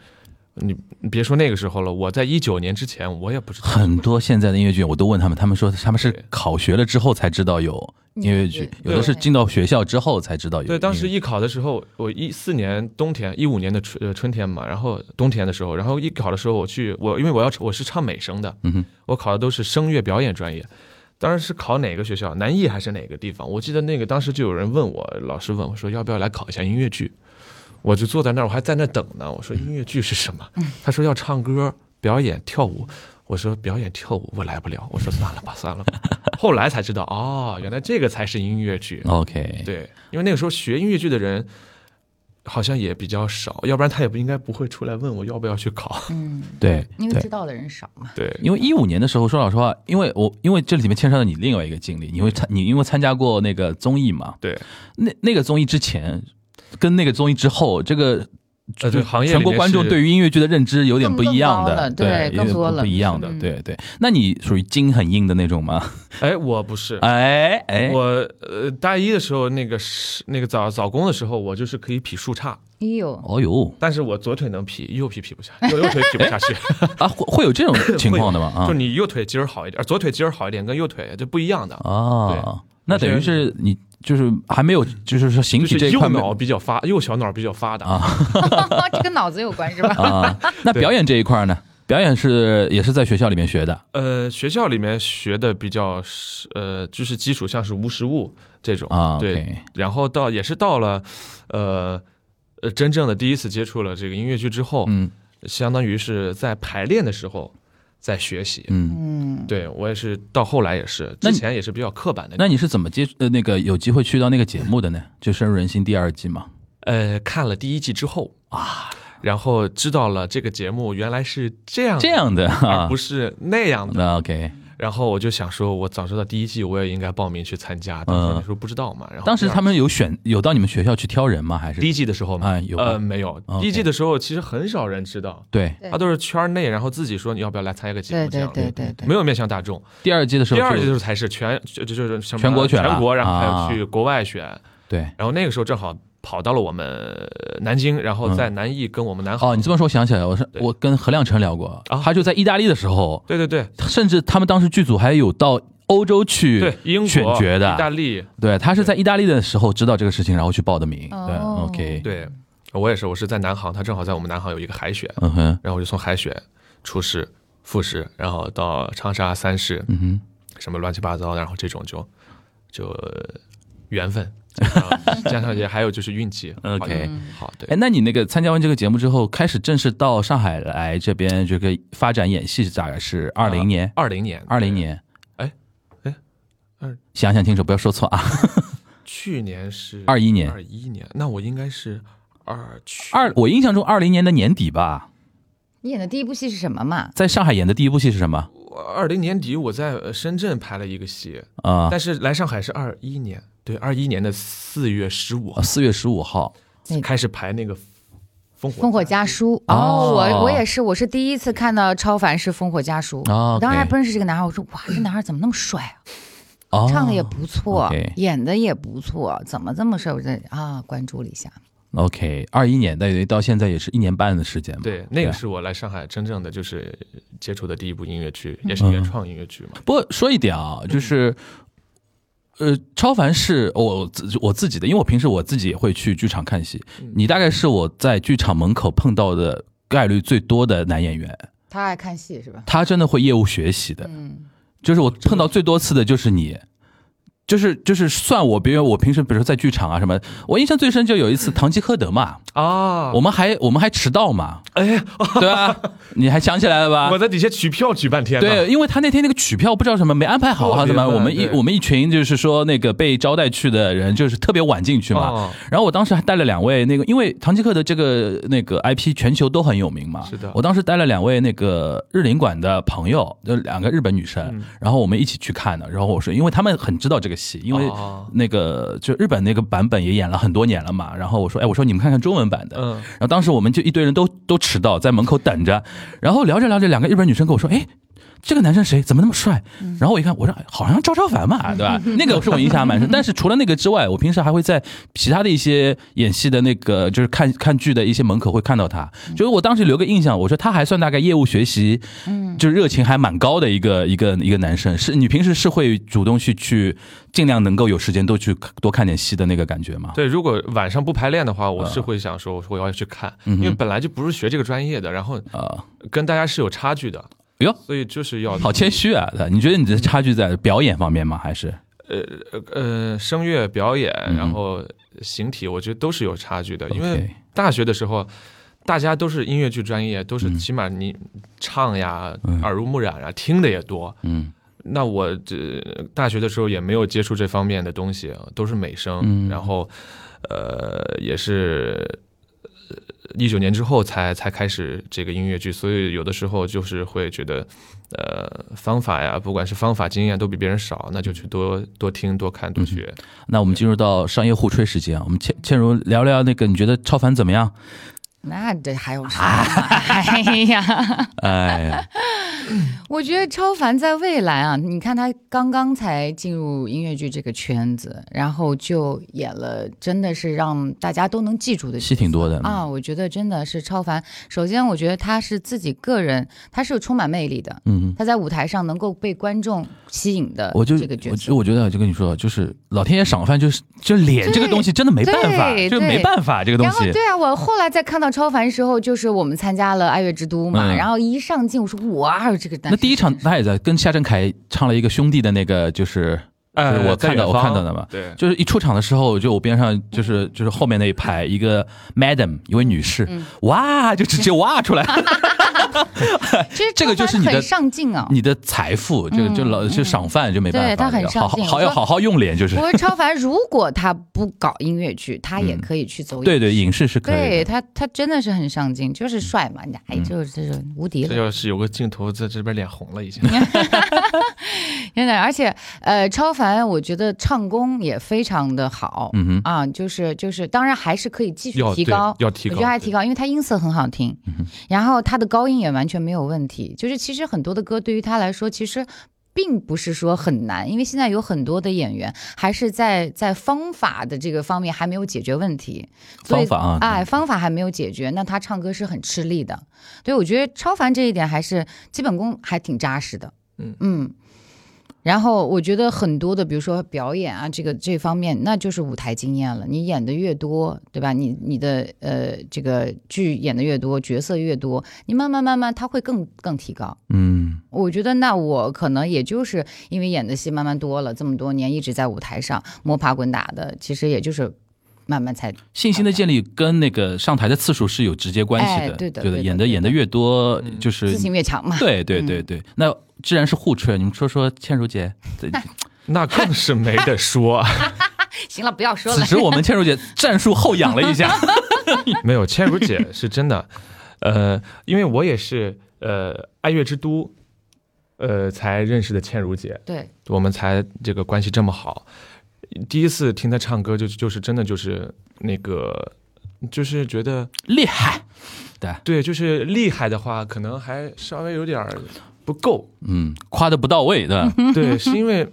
你你别说那个时候了，我在一九年之前我也不 (laughs) 知道。很多现在的音乐剧，我都问他们，他们说他们是考学了之后才知道有音乐剧，嗯有的是进到学校之后才知道有音乐对，剧。当时艺考的时候，我一四年冬天，一五年的春呃春天嘛，然后冬天的时候，然后艺考的时候，我去我因为我要我是唱美声的，嗯哼，我考的都是声乐表演专业，当时是考哪个学校，南艺还是哪个地方？我记得那个当时就有人问我，老师问我说要不要来考一下音乐剧，我就坐在那儿，我还在那等呢。我说音乐剧是什么？嗯他说要唱歌、表演、跳舞。我说表演跳舞我来不了，我说算了吧，算了吧。后来才知道，哦，原来这个才是音乐剧。嗯 OK，对，因为那个时候学音乐剧的人好像也比较少，要不然他也不应该不会出来问我要不要去考。 (laughs) 嗯，对因为对知道的人少嘛。对，因为一五年的时候，说老实话，因为我因为这里面牵涉到你另外一个经历，你会参你因为参加过那个综艺嘛？对，那那个综艺之前跟那个综艺之后，这个呃对行嗯业全里国面观众是对于音乐剧的认知有点不一更样高的，了对有点更多不了不一样的，嗯对对。那你属于筋很硬的那种吗？哎，我不是，哎哎，我呃大一的时候，那个是那个早早工的时候，我就是可以劈树杈，哎 (laughs) 呦， (laughs) 哦呦但是我左腿能劈，右劈劈不下，右右腿劈不下去。啊，会会有这种情况的吗？ (laughs) 啊 (laughs) 就你右腿筋儿好一点，呃左腿筋儿好一点，跟右腿就不一样的。啊，那等于有些是你就是还没有，就是说形就体这是一右块没脑比较发，右小脑比较发达。这跟脑子有关是吧？啊。那对表演这一块呢？表演是也是在学校里面学的呃，学校里面学的比较是呃，就是基础像是无实物这种啊。对， OK，然后到也是到了，呃呃，真正的第一次接触了这个音乐剧之后，嗯相当于是在排练的时候在学习。嗯。嗯，对我也是，到后来也是，那之你前也是比较刻板的。那你是怎么接呃那个有机会去到那个节目的呢？就《深入人心》第二季嘛。呃，看了第一季之后啊，然后知道了这个节目原来是这样的这样的而啊嗯嗯不，是那样的。那 OK。然后我就想说，我早知道第一季我也应该报名去参加，当嗯时那时候不知道嘛。然后当时他们们有选有到你们学校去挑人吗？还是第一季的时候嘛，啊有呃没有， OK 第一季的时候其实很少人知道，对对他都是圈内，然后自己说你要不要来参加个节对目这对样对的。对对，没有面向大众，第二季的时候第就二季的时候才是全就就就是什么全国选了全国，然后还啊有去国外选，对然后那个时候正好跑到了我们呃南京，然后在南艺跟我们南嗯航哦，你这么说我想起来了，我是对我跟何亮成聊过，啊他就在意大利的时候，对对对甚至他们当时剧组还有到欧洲去，对，英国、选角的意大利，对他是在意大利的时候知道这个事情，然后去报的名。对哦，OK，对我也是，我是在南航，他正好在我们南航有一个海选，嗯哼，然后我就从海选、初试、复试，然后到长沙三试，嗯哼，什么乱七八糟，然后这种就就呃缘 (laughs) 分，然后加上也还有就是运气。 OK 好的好对哎，，那你那个参加完这个节目之后，开始正式到上海来这边这个发展演戏，大概是二零年，二零年，二零年，啊哎，哎，二想想清楚，不要说错啊，去年是21年二一年，那我应该是二去二，我印象中二零年的年底吧，你演的第一部戏是什么嘛？在上海演的第一部戏是什么二零年底我在呃深圳拍了一个戏，啊？但是来上海是二一年，对，二一年的四月十五号四月十五号，开始排那个《烽火《烽火家书》哦我我也是，我是第一次看到超凡是《烽火家书》哦我当时还 OK 不认识这个男孩，我说哇，这男孩怎么那么帅啊？哦，唱的也不错， OK 演的也不错，怎么这么帅？我这啊关注了一下， OK，二一年，等于到现在也是一年半的时间嘛。对，那个啊对是我来上海真正的就是接触的第一部音乐剧，嗯也是原创音乐剧嘛。不过说一点啊，就是，呃，超凡是我自我自己的，因为我平时我自己也会去剧场看戏。嗯你大概是我在剧场门口碰到的概率最多的男演员，他爱看戏是吧？他真的会业务学习的，嗯，就是我碰到最多次的就是你。就是就是算我，比如我平时比如说在剧场啊什么，我印象最深就有一次《堂吉诃德》嘛，嗯啊我，们还我们还迟到嘛，哎，对 (laughs) 吧？你还想起来了吧我？在底下取票取半天呢，对，因为他那天那个取票不知道什么没安排好啊，特别怎么慢我们一对我们一群就是说那个被招待去的人就是特别晚进去嘛，哦然后我当时还带了两位那个，因为唐吉诃德这个那个 IP 全球都很有名嘛，是的我当时带了两位那个日领馆的朋友，就两个日本女生，然后我们一起去看的，然后我说，因为他们很知道这个戏，因为哦那个就日本那个版本也演了很多年了嘛，然后我说，哎，我说你们看看中文版的，嗯，然后当时我们就一堆人都都迟到，在门口等着，然后聊着聊着，两个日本女生跟我说：“哎，这个男生谁？怎么那么帅？”然后我一看，我说：“哎好像赵超凡嘛，对吧？” (laughs) 那个是我印象还蛮深。但是除了那个之外，我平时还会在其他的一些演戏的那个，就是看看剧的一些门口会看到他。就是我当时留个印象，我说他还算大概业务学习，嗯，就热情还蛮高的一个一个一个男生。是你平时是会主动去去尽量能够有时间都去多看点戏的那个感觉吗？对，如果晚上不排练的话，我是会想说，我说我要去看，嗯嗯哼因为本来就不是学这个专业的，然后啊、跟大家是有差距的，哎呦。所以就 (laughs) 是要好谦虚啊！对你觉得你的差距在表演方面吗？还是呃声乐表演，嗯然后形体，我觉得都是有差距的，因 OK 为大学的时候。大家都是音乐剧专业，都是嗯起码你唱呀、嗯耳濡目染啊，听的也多。嗯那我这大学的时候也没有接触这方面的东西，啊都是美声，嗯然后呃也是呃一九年之后才才开始这个音乐剧，所以有的时候就是会觉得呃方法呀，不管是方法经验都比别人少，那就去多多听多看多学。那我们进入到商业互吹时间啊，我们倩倩茹聊聊那个，你觉得超凡怎么样？那这还有啥？啊哎呀，哎， (laughs) 我觉得超凡在未来啊，你看他刚刚才进入音乐剧这个圈子，然后就演了，真的是让大家都能记住的戏挺多的啊，，我觉得真的是超凡。首先，我觉得他是自己个人，他是有充满魅力的，嗯，他在舞台上能够被观众吸引的我就呃这个角我色就。我觉得就跟你说，就是老天爷赏饭，就是就脸对这个东西真的没办法，对就是没办法这个东然后西。对啊，我后来在看到超凡的时候，就是我们参加了爱乐之都嘛，嗯然后一上镜，我说哇，哦这个男那生第一场他也在跟夏振凯唱了一个兄弟的那个，就是哎，就是我在看到远我方看到的嘛，对，就是一出场的时候，就我边上就是就是后面那一排一个 madam 一位女士，嗯哇，就直接哇出来， (laughs) 其实这个就超是凡你的很上镜啊。你的财富，这个就老就赏饭就没办法了，嗯对他很上好好进好我要说好好用脸，就是我说超凡，如果他不搞音乐剧，他也可以去走演嗯对对，影视是可以对的。嗯他，他真的是很上镜，就是帅嘛，哎，就是这种无敌这了。要是有个镜头在这边脸红了已经。真的，而且呃，超凡我觉得唱功也非常的好，嗯哼，啊，就是就是，当然还是可以继续要提对高，要提我高觉得还对嗯提高，因为他音色很好听，然后他的高音也完全没有问题。就是其实很多的歌对于他来说，其实。并不是说很难，因为现在有很多的演员还是在在方法的这个方面还没有解决问题，所以方法啊哎，方法还没有解决，那他唱歌是很吃力的。对，我觉得超凡这一点还是基本功还挺扎实的。嗯然后我觉得很多的，比如说表演啊，这个这方面，那就是舞台经验了。你演的越多，对吧？你你的呃这个剧演的越多，角色越多，你慢慢慢慢，他会更更提高。嗯，我觉得那我可能也就是因为演的戏慢慢多了，这么多年一直在舞台上摸爬滚打的，其实也就是慢慢才信心的建立跟那个上台的次数是有直接关系哎的。对的对对的演的对的演的越多，嗯就是自信嗯越强嘛。对对对对。那既然是互吹，你们说说倩茹姐， (laughs) 对那更是没得说。行了，不要说此了。时我们倩茹姐战术后仰了一 (laughs) 下。没有，倩茹姐是真 (laughs) 的，呃，因为我也是呃爱乐之都，呃才认识的倩茹姐，对，我们才这个关系这么好。第一次听她唱歌就就是真的就是那个，就是觉得厉害，对，就是厉害的话，可能还稍微有点儿不够。嗯，夸的不到位，对吧？对，是因 (laughs) 为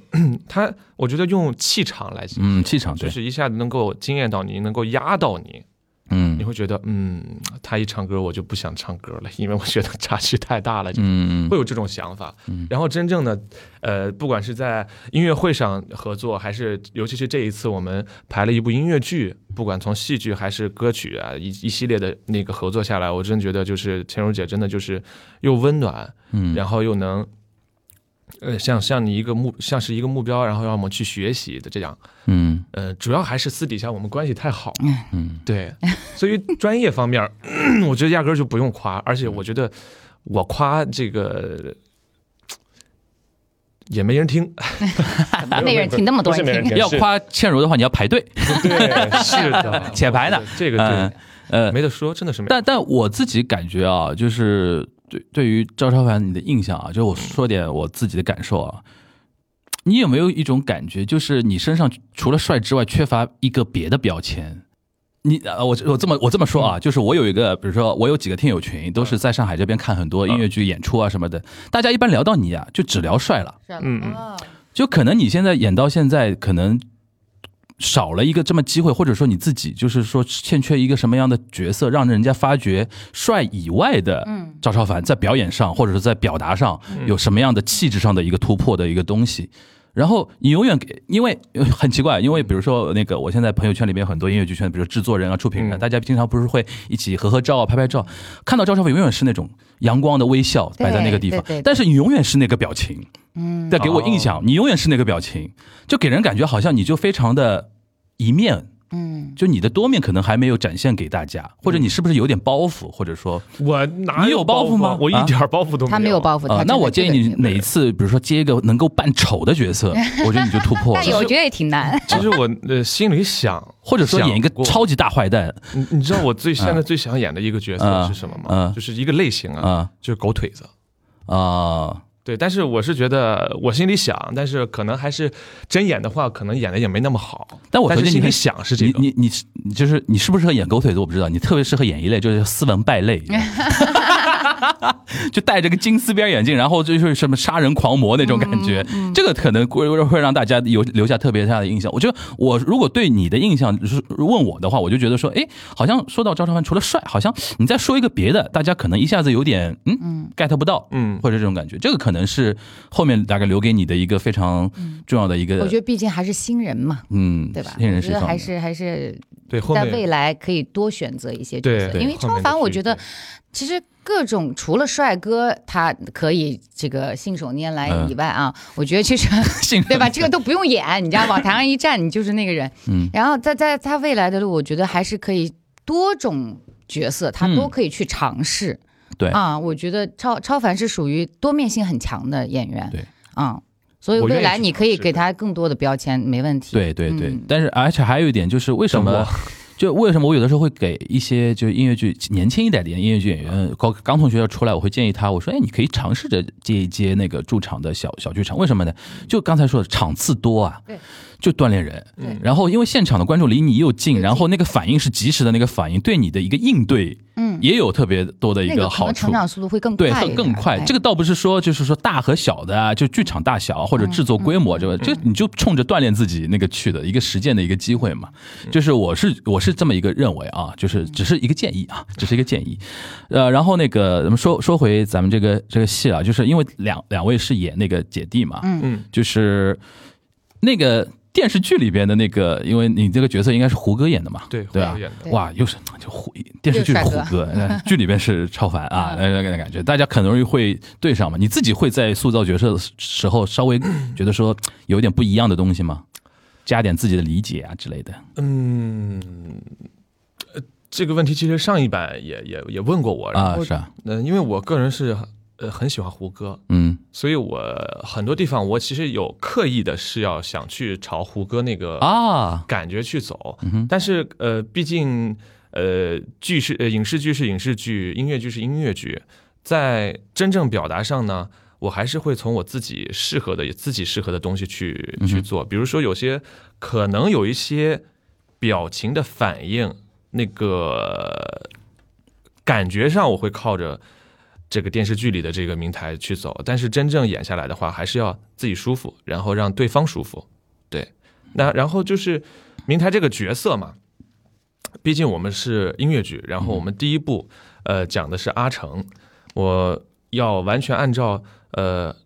她，我觉得用气场来形容，嗯，气场就对，是一下子能够惊艳到你，能够压到你。嗯你会觉得，嗯，他一唱歌我就不想唱歌了，因为我觉得差距太大了，就嗯会有这种想法。然后真正的，呃，不管是在音乐会上合作，还是尤其是这一次我们排了一部音乐剧，不管从戏剧还是歌曲啊，一一系列的那个合作下来，我真觉得就是倩茹姐真的就是又温暖，嗯，然后又能呃，像像你一个目，像是一个目标，然后让我们去学习的这样。嗯呃，主要还是私底下我们关系太好，嗯对，所以专业方面儿，我觉得压根儿就不用夸，而且我觉得我夸这个也没人听，怎么没人听那么多人听？要夸倩茹的话，你要排队对，是的， (laughs) 且排呢，这个嗯对，呃，没得说，真的是没。但但我自己感觉啊，就是对对于赵超凡你的印象啊，就我说点我自己的感受啊，你有没有一种感觉，就是你身上除了帅之外，缺乏一个别的标签？你呃，我我这么我这么说嗯啊，就是我有一个，比如说我有几个听友群，都是在上海这边看很嗯多音乐剧演出啊什么的，大家一般聊到你啊，就只聊帅了。嗯嗯哦就可能你现在演到现在，可能少了一个这么机会，或者说你自己就是说欠缺一个什么样的角色，让人家发觉帅以外的嗯赵超凡在表演上，或者是在表达上有什么样的气质上的一个突破的一个东西。然后你永远给，因为呃很奇怪，因为比如说那个，我现在朋友圈里面很多音乐剧圈，比如制作人啊、出品人啊，嗯大家经常不是会一起合合照啊、拍拍照，看到赵超凡永远是那种阳光的微笑摆在那个地方对对对，但是你永远是那个表情，嗯，但给我印象，你永远是那个表情，就给人感觉好像你就非常的一面，嗯，就你的多面可能还没有展现给大家，或者你是不是有点包袱，或者说我哪你有包袱吗我一点儿包袱都没有。他没有包袱，啊、他那我真建的议这你个哪一次，比如说接一个能够扮丑的角色，我觉得你就突 (laughs) 破但有了，我觉得也挺难。其实我呃心里想， (laughs) 或者说演一个想过超级大坏蛋你你知道我最现在最想演的一个角色嗯是什么吗嗯？就是一个类型啊，啊就是狗腿子。啊对，但是我是觉得我心里想，但是可能还是真演的话，可能演的也没那么好。但我但推是荐你心里很想是这个，你你你你就是你适不适合演狗腿子我不知道，你特别适合演一类就是斯文败类， (laughs) 就戴着个金丝边眼镜，然后就是什么杀人狂魔那种感觉，嗯这个可能会会让大家有留下特别大的印象。我觉得我如果对你的印象就是问我的话，我就觉得说，哎，好像说到赵超凡除了帅，好像你再说一个别的，大家可能一下子有点嗯 get 不到，嗯或者这种感觉，这个可能是后面大概留给你的一个非常重要的一个，嗯我觉得毕竟还是新人嘛，嗯，对吧？新人我是觉一得方还面是还是对后在面未来可以多选择一些角对，色，对因为后超面的凡我剧觉得对其实各种除了帅哥他可以这个信手拈来嗯以外啊，我觉得其实 (laughs) 信任对吧，这个都不用演，你知道往台上一站，你就是那个人。嗯然后在在他未来的路，我觉得还是可以多种角色，他嗯都可以去尝试。对啊，我觉得超超凡是属于多面性很强的演员。对啊，所以我愿未意来去你可以尝试给的他更多的标签，没问题。对对对，嗯但是而且还有一点就是为什等么我？ (laughs) 就为什么我有的时候会给一些就音乐剧年轻一点的音乐剧演员嗯高刚从学校出来，我会建议他，我说哎，你可以尝试着接一接那个驻场的小小剧场，为什么呢？就刚才说的场次多啊对，就锻炼人。对然后因为现场的观众离你又近，又近然后那个反应是及时的那个反应，对你的一个应对嗯，也有特别多的一那个可好能处成。长速度会更快对，一点，会更快。哎这个倒不是说就是说大和小的啊，就剧场大小或者制作规嗯模这个，就你就冲着锻炼自己那个去的一个实践的一个机会嘛。嗯就是我是我是这么一个认为啊，就是只是一个建议啊，只是一个建议。呃，然后那个咱们说说回咱们这个这个戏啊，就是因为两两位是演那个姐弟嘛，嗯，就是那个电视剧里边的那个，因为你这个角色应该是胡歌演的嘛，对，对啊吧后面演的对哇，又是就胡电视剧是胡又是歌，呃剧里边是超凡 (laughs) 啊，那那个感觉，大家很容易会对上嘛。你自己会在塑造角色的时候稍微觉得说有点不一样的东西吗？加点自己的理解啊之类的。嗯，呃这个问题其实上一版也也也问过我啊然后是啊嗯、因为我个人是呃很喜欢胡歌，嗯所以我很多地方我其实有刻意的是要想去朝胡歌那个啊，感觉去走，嗯哼但是呃，毕竟呃，剧是呃影视剧是影视剧，音乐剧是音乐剧，在真正表达上呢，我还是会从我自己适合的自己适合的东西去嗯哼去做。比如说，有些可能有一些表情的反应，那个感觉上我会靠着。这个电视剧里的这个名台去走，但是真正演下来的话，还是要自己舒服，然后让对方舒服。对，那然后就是明台这个角色嘛，毕竟我们是音乐剧，然后我们第一部呃讲的是阿成，我要完全按照呃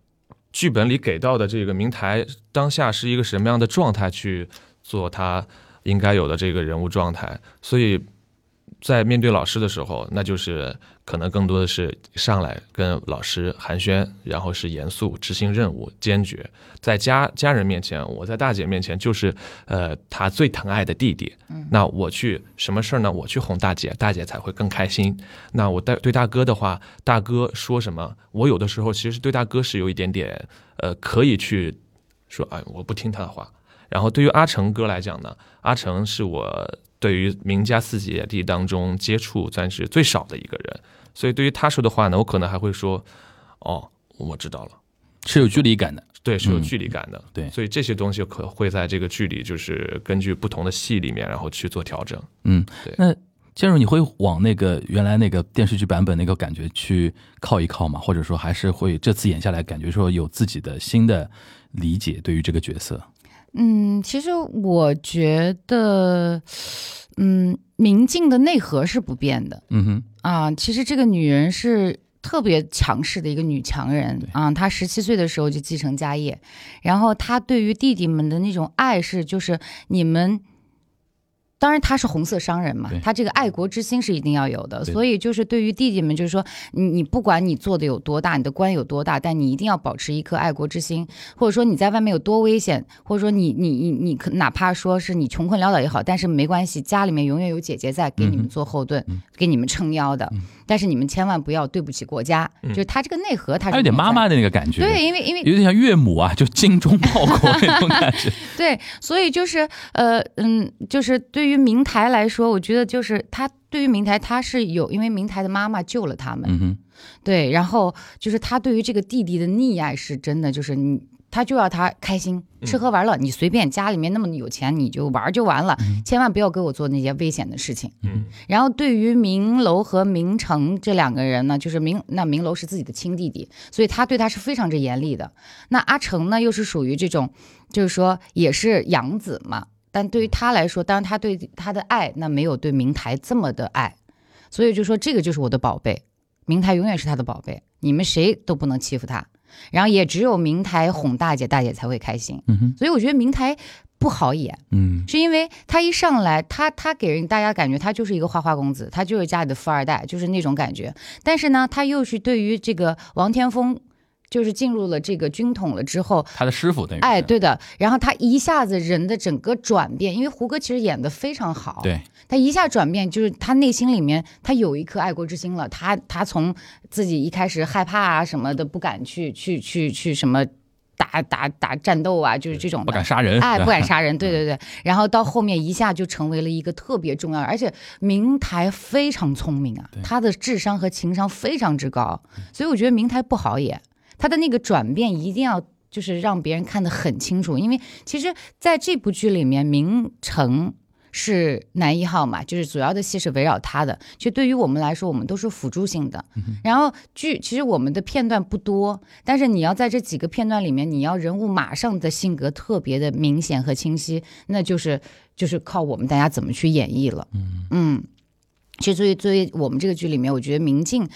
剧本里给到的这个明台当下是一个什么样的状态去做他应该有的这个人物状态，所以在面对老师的时候，那就是可能更多的是上来跟老师寒暄，然后是严肃执行任务，坚决。在家家人面前，我在大姐面前就是呃她最疼爱的弟弟。那我去什么事儿呢？我去哄大姐，大姐才会更开心。那我对对大哥的话，大哥说什么，我有的时候其实对大哥是有一点点呃可以去说，哎，我不听他的话。然后对于阿成哥来讲呢，阿成是我对于名家四姐弟当中接触算是最少的一个人，所以对于他说的话呢，我可能还会说，哦，我知道了，是有距离感的。对，是有嗯距离感的，对所以这些东西可会在这个距离，就是根据不同的戏里面，然后去做调整。嗯对，那建茹，你会往那个原来那个电视剧版本那个感觉去靠一靠吗？或者说，还是会这次演下来，感觉说有自己的新的理解对于这个角色？嗯，其实我觉得，嗯，明镜的内核是不变的嗯哼，啊。其实这个女人是特别强势的一个女强人对啊。她十七岁的时候就继承家业，然后她对于弟弟们的那种爱是，就是你们。当然，她是红色商人嘛对，她这个爱国之心是一定要有的。对的所以就是对于弟弟们，就是说，你你不管你做的有多大，你的官有多大，但你一定要保持一颗爱国之心。或者说你在外面有多危险，或者说你你你你可哪怕说是你穷困潦倒也好，但是没关系，家里面永远有姐姐在给你嗯们哼做后盾，嗯给你们撑腰的。但是你们千万不要对不起国家，嗯就是他这个内核他还是有点妈存妈的那个感觉，在的。对，因为因为有点像岳母啊，就精忠 (laughs) 报国那种感觉。对，所以就是呃嗯，就是对于明台来说，我觉得就是他对于明台他是有，因为明台的妈妈救了他们，嗯哼，对，然后就是他对于这个弟弟的溺爱是真的，就是你他就要他开心，吃喝玩乐，你随便家里面那么有钱你就玩儿就完了，千万不要给我做那些危险的事情。嗯，然后对于明楼和明成这两个人呢，就是明那明楼是自己的亲弟弟，所以他对他是非常之严厉的。那阿成呢，又是属于这种，就是说也是养子嘛，但对于他来说，当然他对他的爱那没有对明台这么的爱，所以就说这个就是我的宝贝，明台永远是他的宝贝，你们谁都不能欺负他。然后也只有明台哄大姐，大姐才会开心。嗯哼，所以我觉得明台不好演。嗯，是因为他一上来，他他给人大家感觉他就是一个花花公子，他就是家里的富二代，就是那种感觉。但是呢，他又是对于这个王天峰，就是进入了这个军统了之后，他的师傅等于哎，是对的，然后他一下子人的整个转变，因为胡歌其实演的非常好，对，他一下转变，就是他内心里面他有一颗爱国之心了。他他从自己一开始害怕啊什么的，不敢去去去去什么打打打战斗啊，就是这种不的敢杀人，哎，对不吧 (laughs) 敢杀人，对对对。然后到后面一下就成为了一个特别重要的，而且明台非常聪明啊对，嗯他的智商和情商非常之高，所以我觉得明台不好演，他的那个转变一定要。就是让别人看得很清楚，因为其实在这部剧里面，明成是男一号嘛，就是主要的戏是围绕他的。其实对于我们来说，我们都是辅助性的。嗯然后剧其实我们的片段不多，但是你要在这几个片段里面，你要人物马上的性格特别的明显和清晰，那就是就是靠我们大家怎么去演绎了。嗯其实作为作为我们这个剧里面，我觉得明镜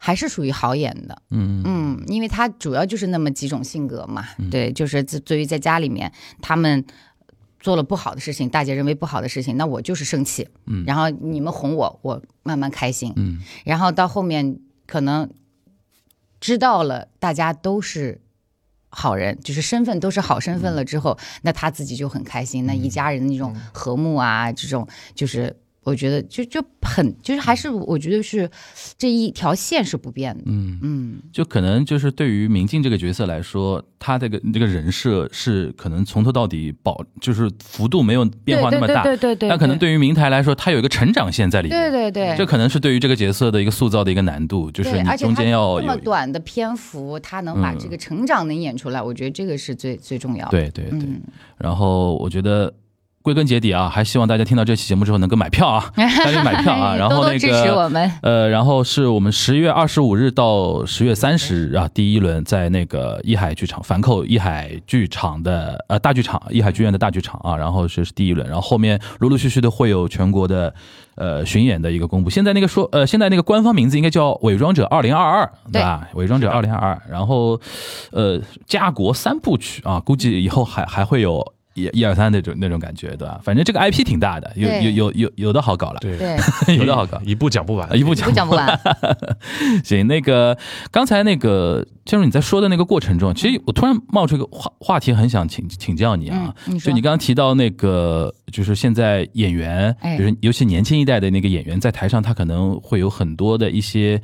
还是属于好演的。嗯嗯，因为他主要就是那么几种性格嘛，对，就是自对于在家里面他们做了不好的事情，大姐认为不好的事情，那我就是生气，嗯然后你们哄我，我慢慢开心，嗯然后到后面可能知道了大家都是好人，就是身份都是好身份了之后，那他自己就很开心，那一家人的那种和睦啊，这种就是我觉得就就很就是还是我觉得是这一条线是不变的，嗯，嗯。就可能就是对于明镜这个角色来说，他这个这个人设是可能从头到底保，就是幅度没有变化那么大，对对对对对，那可能对于明台来说，它有一个成长线在里对面。对对，这可能是对于这个角色的一个塑造的一个难度，就对是你而且中间他要这么有嗯短的篇幅，他能把这个成长能演出来，我觉得这个是最最重要的。，对对对。嗯，然后我觉得归根结底啊，还希望大家听到这期节目之后能够买 (laughs) 票啊，赶紧买票啊。然后多那多个支持我们，呃，然后是我们十月二十五日到十月三十日啊，第一轮在那个一海剧场反扣一海剧场的呃大剧场一海剧院的大剧场啊，然后这是第一轮，然后后面陆陆续续的会有全国的呃巡演的一个公布。现在那个说呃，现在那个官方名字应该叫《伪装者二零二二》，对吧？伪装者二零二二，然后呃，家国三部曲啊，估计以后还还会有。一一二三那种那种感觉，对吧？反正这个 IP 挺大的，有对有有有有的好搞了，对，对， (laughs) 有的好搞， (laughs) 啊一步讲不完，一步讲不讲不完。 (laughs) 行，那个刚才那个建茹你在说的那个过程中，其实我突然冒出一个话话题，很想请请教你啊。嗯你说就你刚刚提到那个，就是现在演员，哎比如尤其年轻一代的那个演员，在台上他可能会有很多的一些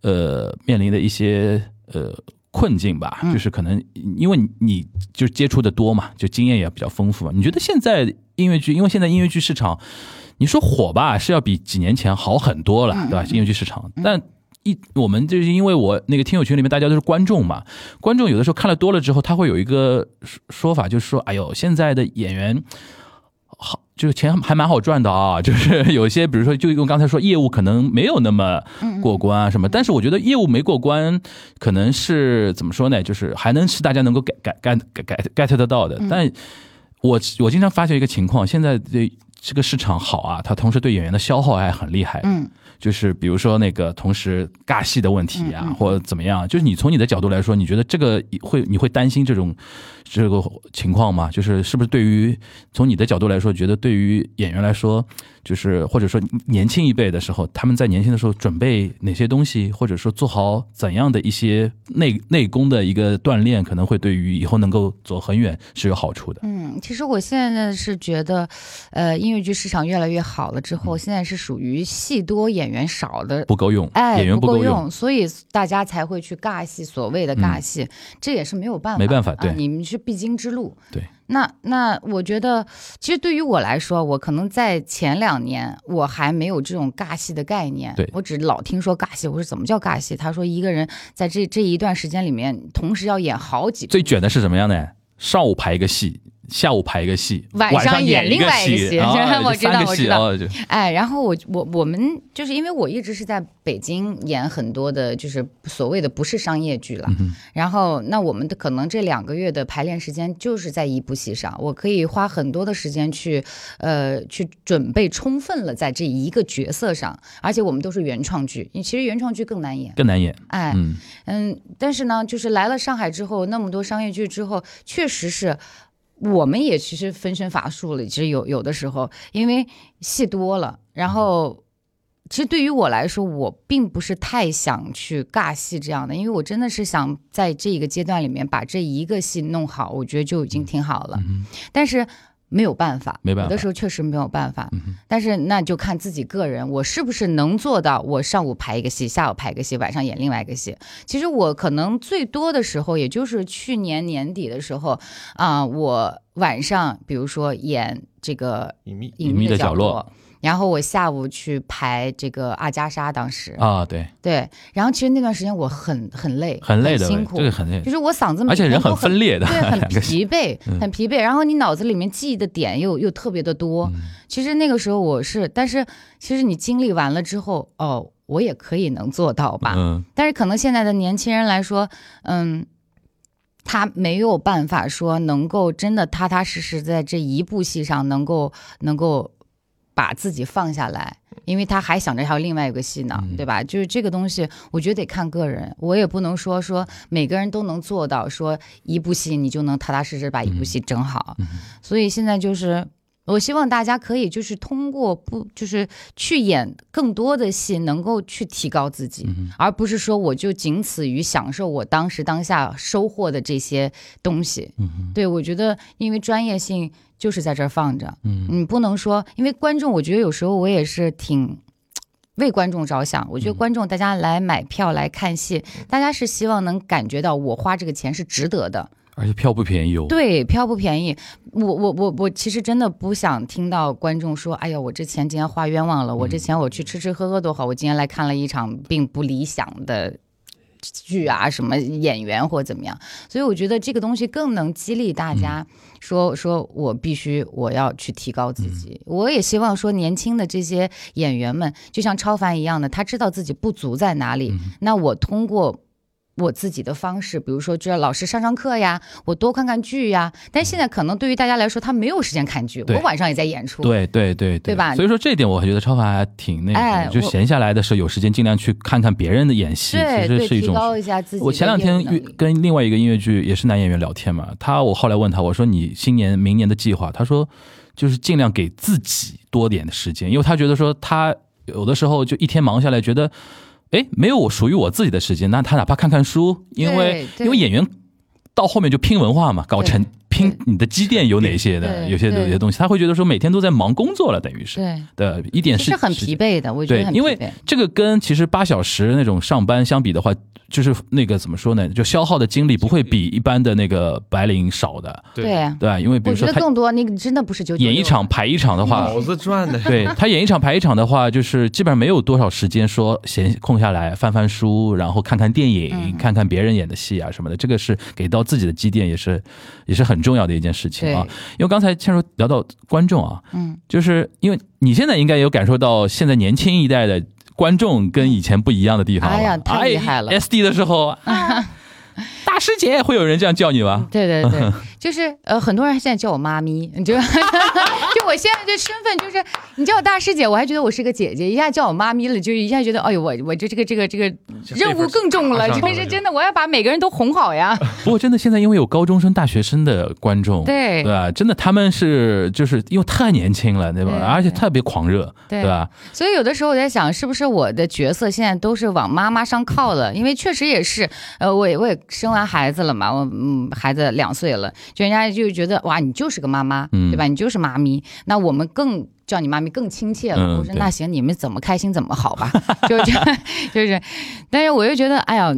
呃面临的一些呃。困境吧，嗯就是可能因为你你就接触的多嘛，就经验也比较丰富嘛。你觉得现在音乐剧，因为现在音乐剧市场，你说火吧，是要比几年前好很多嗯了，对吧？音乐剧市场，但一我们就是因为我那个听友群里面大家都是观众嘛，观众有的时候看了多了之后，他会有一个说说法，就是说，哎呦，现在的演员好，就是钱还蛮好赚的啊， (laughs) 就是有些比如说就用刚才说业务可能没有那么过关啊什么，但是我觉得业务没过关，可能是怎么说呢，就是还能是大家能够 get get get get get 得到的，但我我经常发现一个情况，现在对这个市场好啊，它同时对演员的消耗还很厉害，嗯，就是比如说那个同时尬戏的问题嗯啊，或者怎么样，就是你从你的角度来说，你觉得这个会你会担心这种这个情况吗？就是是不是对于从你的角度来说，觉得对于演员来说，就是或者说年轻一辈的时候，他们在年轻的时候准备哪些东西，或者说做好怎样的一些内内功的一个锻炼，可能会对于以后能够走很远是有好处的。嗯，其实我现在是觉得，呃，音乐剧市场越来越好了之嗯后，现在是属于戏多演员少的。不够用，哎，演员不够用，所以大家才会去尬戏，所谓的尬戏，这也是没有办法，没办法对啊，你们是必经之路。对，那那我觉得，其实对于我来说，我可能在前两年我还没有这种尬戏的概念，对我只老听说尬戏，我说怎么叫尬戏？他说一个人在这这一段时间里面，同时要演好几最卷的是什么样呢？上午排一个戏，下午排一个戏，晚上上演另外一个一戏 (laughs) 戏，啊我知道三个我戏知道哦就哎，然后我我我们就是因为我一直是在北京演很多的，就是所谓的不是商业剧了。然后那我们的可能这两个月的排练时间就是在一部戏上，我可以花很多的时间去呃去准备充分了在这一个角色上，而且我们都是原创剧，其实原创剧更难演。更难演。哎，嗯，嗯，但是呢，就是来了上海之后，那么多商业剧之后，确实是。我们也其实分身乏术了，其实有有的时候，因为戏多了，嗯然后其实对于我来说，我并不是太想去尬戏这样的，因为我真的是想在这一个阶段里面把这一个戏弄好，我觉得就已经挺好了。但是没有办法，嗯没办法有嗯的时候确实没有办法。但是那就看自己个人，我是不是能做到，我上午排一个戏，下午排一个戏，晚上演另外一个戏。其实我可能最多的时候，也就是去年年底的时候啊、我晚上比如说演这个隐秘隐隐秘的的角落落。然后我下午去排这个阿加莎，当时、啊，对，对，然后其实那段时间我很很累，很累的，辛苦，这个很累就，是我嗓子每而且天人都很分裂的，对，很 (laughs) 两个嗯戏疲惫，很疲惫。然后你脑子里面记忆的点又又特别的多。嗯其实那个时候我是，但是其实你经历完了之后，哦，我也可以能做到吧。嗯，但是可能现在的年轻人来说，嗯，他没有办法说能够真的踏踏实实在这一部戏上能够能够把自己放下来，因为他还想着还有另外一个戏呢，对吧？就是这个东西，我觉得得看个人，我也不能说说每个人都能做到，说一部戏你就能踏踏实实把一部戏整好。嗯所以现在就是。我希望大家可以就是通过不就是去演更多的戏，能够去提高自己，而不是说我就仅此于享受我当时当下收获的这些东西。对我觉得，因为专业性就是在这儿放着，嗯，你不能说，因为观众，我觉得有时候我也是挺。为观众着想，我觉得观众大家来买票来看戏，大家是希望能感觉到我花这个钱是值得的，而且票不便宜哦，对，票不便宜。我我我我其实真的不想听到观众说：“哎呀，我这钱今天花冤枉了，我这钱我去吃吃喝喝多好，我今天来看了一场并不理想的剧啊，什么演员或怎么样。”所以我觉得这个东西更能激励大家说，说我必须我要去提高自嗯己。我也希望说年轻的这些嗯演员们，就像超凡一样的，他知道自己不足在哪里。那我通过我自己的方式，比如说就让老师上上课呀，我多看看剧呀。但现在可能对于大家来说，他没有时间看剧，对我晚上也在演出。对对对对吧所以说这一点，我觉得超凡还挺那个的，哎就我闲下来的时候，有时间尽量去看看别人的演戏，对其对实是一提种。高一下自己的业务能力。我前两天遇跟另外一个音乐剧也是男演员聊天嘛，他我后来问他，我说你新年明年的计划，他说就是尽量给自己多点的时间，因为他觉得说他有的时候就一天忙下来，觉得哎没有我属于我自己的时间，那他哪怕看看书，因为对对因为演员到后面就拼文化嘛，搞成拼你的积淀有哪些的，对有些对有些东西，他会觉得说每天都在忙工作了，等于是对，的一点其是实很疲惫的，我觉对得很，疲因为惫。这个跟其实八小时那种上班相比的话，就是那个怎么说呢，就消耗的精力不会比一般的那个白领少的，对，啊，对吧？因为比我如觉说得他更多那个真的嗯不是九九演一六场排一场的话，脑子转 (laughs) 的对他演一场排一场的话，就是基本上没有多少时间说闲空下来翻翻书，然后看看电影，嗯看看别人演的戏啊什么的，这个是给到自己的积淀，也是也是很重要的一件事情啊对。因为刚才倩茹聊到观众啊，嗯，就是因为你现在应该有感受到，现在年轻一代的观众跟以前不一样的地方了。哎呀太厉害了哎 SD 的时候， (laughs) 啊大师姐会有人这样叫你吗？对对 (laughs) 对，就是呃，很多人现在叫我妈咪，你就 (laughs) 就我现在这身份就是，你叫我大师姐，我还觉得我是个姐姐，一下叫我妈咪了，就一下觉得，哎呦，我我这这个这个这个任务更重了，这这辈个子是真的，我要把每个人都哄好呀。不过真的，现在因为有高中生、大学生的观 (laughs) 众，对啊对吧？真的，他们是就是因为太年轻了，对吧？对而且特别狂热，对吧？所以有的时候我在想，是不是我的角色现在都是往妈妈上靠了？因为确实也是，呃，我也我也生完孩子了嘛，我嗯，孩子两岁了，就人家就觉得哇，你就是个妈妈，嗯对吧？你就是妈咪，那我们更。叫你妈咪更亲切了，嗯我说对那行，你们怎么开心怎么好吧， (laughs) 就就就是，但是我又觉得，哎呀，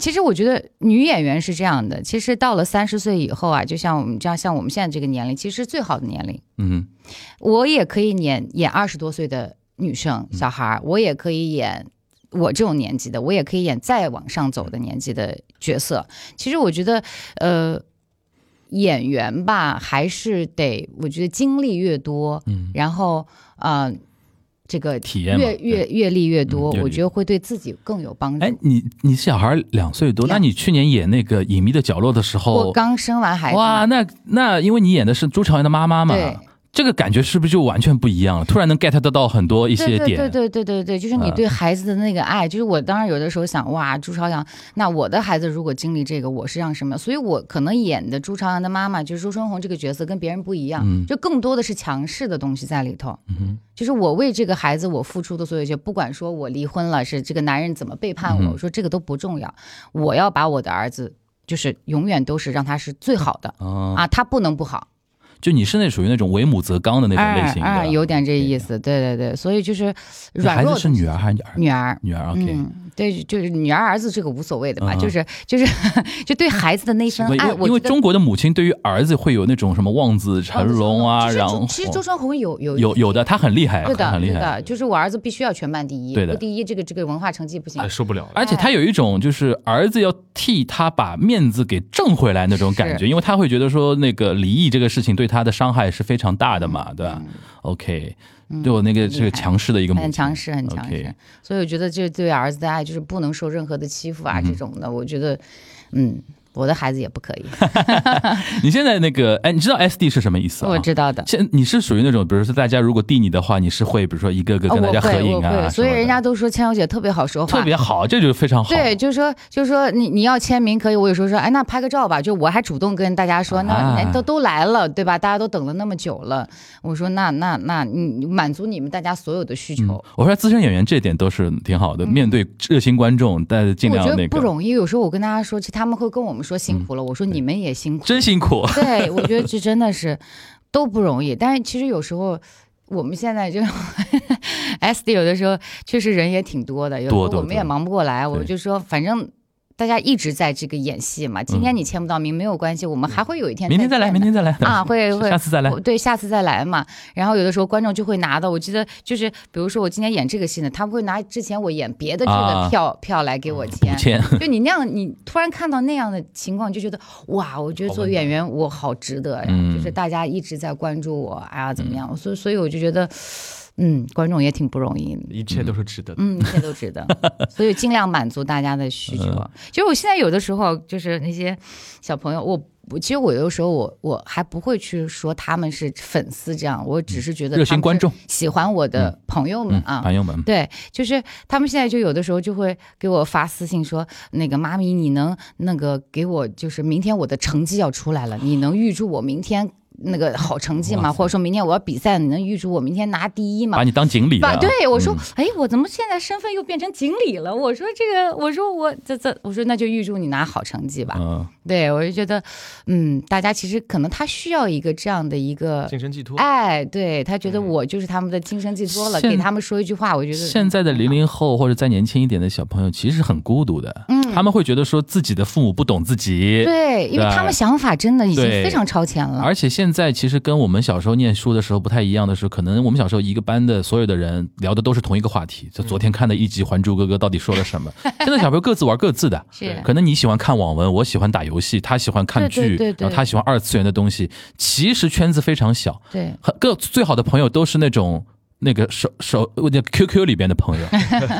其实我觉得女演员是这样的，其实到了三十岁以后啊，就像我们这样，像我们现在这个年龄，其实是最好的年龄，嗯，我也可以演演二十多岁的女生嗯小孩儿，我也可以演我这种年纪的，我也可以演再往上走的年纪的角色。其实我觉得，呃，演员吧，还是得，我觉得经历越多，嗯然后呃，这个体验嘛阅阅阅历越多，嗯阅历我觉得会对自己更有帮助。哎，你你小孩两岁多，那两你去年演那个《隐秘的角落》的时我候，刚生完孩子嘛，哇，那那因为你演的是朱朝阳的妈妈嘛，对。这个感觉是不是就完全不一样了？突然能 get 得到很多一些对点，对对对对对，就是你嗯对孩子的那个爱，就是我当时有的时候想，哇，朱朝阳，那我的孩子如果经历这个，我是让什么？所以我可能演的朱朝阳的妈妈，就是朱春红这个角色跟别人不一样，嗯就更多的是强势的东西在里头。嗯哼就是我为这个孩子我付出的所有一切，不管说我离婚了，是这个男人怎么背叛嗯我，我说这个都不重要，我要把我的儿子就是永远都是让他是最好的。哦啊，他不能不好，就你是那属于那种为母则刚的那种类型哎的，哎有点这意思。思，对对对，所以就是你软孩弱子的是女儿还是儿女儿，女儿？OK，嗯，对，就是女儿儿子这个无所谓的嘛，嗯嗯就是就是就对孩子的那份因为爱，我因为觉得中国的母亲对于儿子会有那种什么望子成龙啊，其实然后其实周传红有有有有的他很厉害，对的很对厉害。的，就是我儿子必须要全班第一，对的啊不第一这个这个文化成绩不行哎，受不了了。而且他有一种就是儿子要替他把面子给挣回来那种感觉，是因为他会觉得说那个离异这个事情对他的伤害是非常大的嘛，对吧嗯？OK，嗯对我那个很厉害是个强势的一个母亲，很强势很强势 OK 所以我觉得这对儿子的爱就是不能受任何的欺负啊、这种的，我觉得嗯。我的孩子也不 (laughs) 可以，你现在那个哎，你知道 SD 是什么意思啊？我知道的。现你是属于那种，比如说大家如果递你的话，你是会比如说一个个哦跟大我家合会，我影啊，会，所以什么的人家都说千小姐特别好说话，特别好，这就非常好。对，就是说，就是说你你要签名可以，我有时候说，哎，那拍个照吧。就我还主动跟大家说，那啊哎都都来了，对吧？大家都等了那么久了，我说那那那你满足你们大家所有的嗯需求。我说资深演员这点都是挺好的，面对热心观众，但是尽嗯我量觉那得个嗯不容易，有时候我跟大家说，其实他们会跟我们说辛苦了，我说你们也辛苦。真辛苦。 (laughs) 对，我觉得这真的是都不容易。但是其实有时候我们现在 (laughs) 就 SD 有的时候确实人也挺多的，有时候多多我们多也忙不过来。我对就说，反正大家一直在这个演戏嘛，今天你签不到名没有关系，我们还会有一天明天再来，见明的天再来 (laughs) 啊，会会下。次再来我。对，下次再来嘛。然后有的时候观众就会拿到，我记得就是，比如说我今天演这个戏呢，他们会拿之前我演别的剧啊的票、票来给我补签，签， (laughs) 就你那样，你突然看到那样的情况，就觉得哇，我觉得好做温暖演员我好值得呀，嗯啊就是大家一直在关注我，哎呀怎么样？所以所以我就觉得，嗯，观众也挺不容 (laughs) 易的。一切都是值得的。嗯，一切都值得，所以尽量满足大家的需求。嗯其实我现在有的时候就是那些小朋友，我我其实我有的时候我我还不会去说他们是粉丝这样，我只是觉得热他心们观是众，喜欢我的朋友们嗯，啊。朋友们，对，就是他们现在就有的时候就会给我发私信说，那个妈咪，你能那个给我就是明天我的成绩要出来了，你能预祝我明天那个好成绩吗？哇塞或者说明天我要比赛，你能预祝我明天拿第一吗把？你当锦鲤了吧，啊。对我说嗯，哎，我怎么现在身份又变成锦鲤了？我说这个，我说我这这，我说那就预祝你拿好成绩吧。嗯，对我就觉得，嗯，大家其实可能他需要一个这样的一个，精神寄嗯托，哎，对他觉得嗯我就是他们的亲生寄托了，现给他们说一句话，我觉得现在的零零后或者再年轻一点的小朋友，其实很孤独的。嗯，他们会觉得说自己的父母不懂自己。对，因为他们想法真的已经对非常超前了。而且现在其实跟我们小时候念书的时候不太一样的是，可能我们小时候一个班的所有的人聊的都是同一个话题。就昨嗯天看的一集《还珠格格》到底说 (laughs) 了什么？现在小朋友各自玩各自的，是可能你喜欢看网文，我喜欢打游戏，他喜欢对看对剧，对对然后他喜欢二次元的东西。其实圈子非常小，对，很各最好的朋友都是那种。那个手手那个 QQ 里边 (laughs) 的朋友，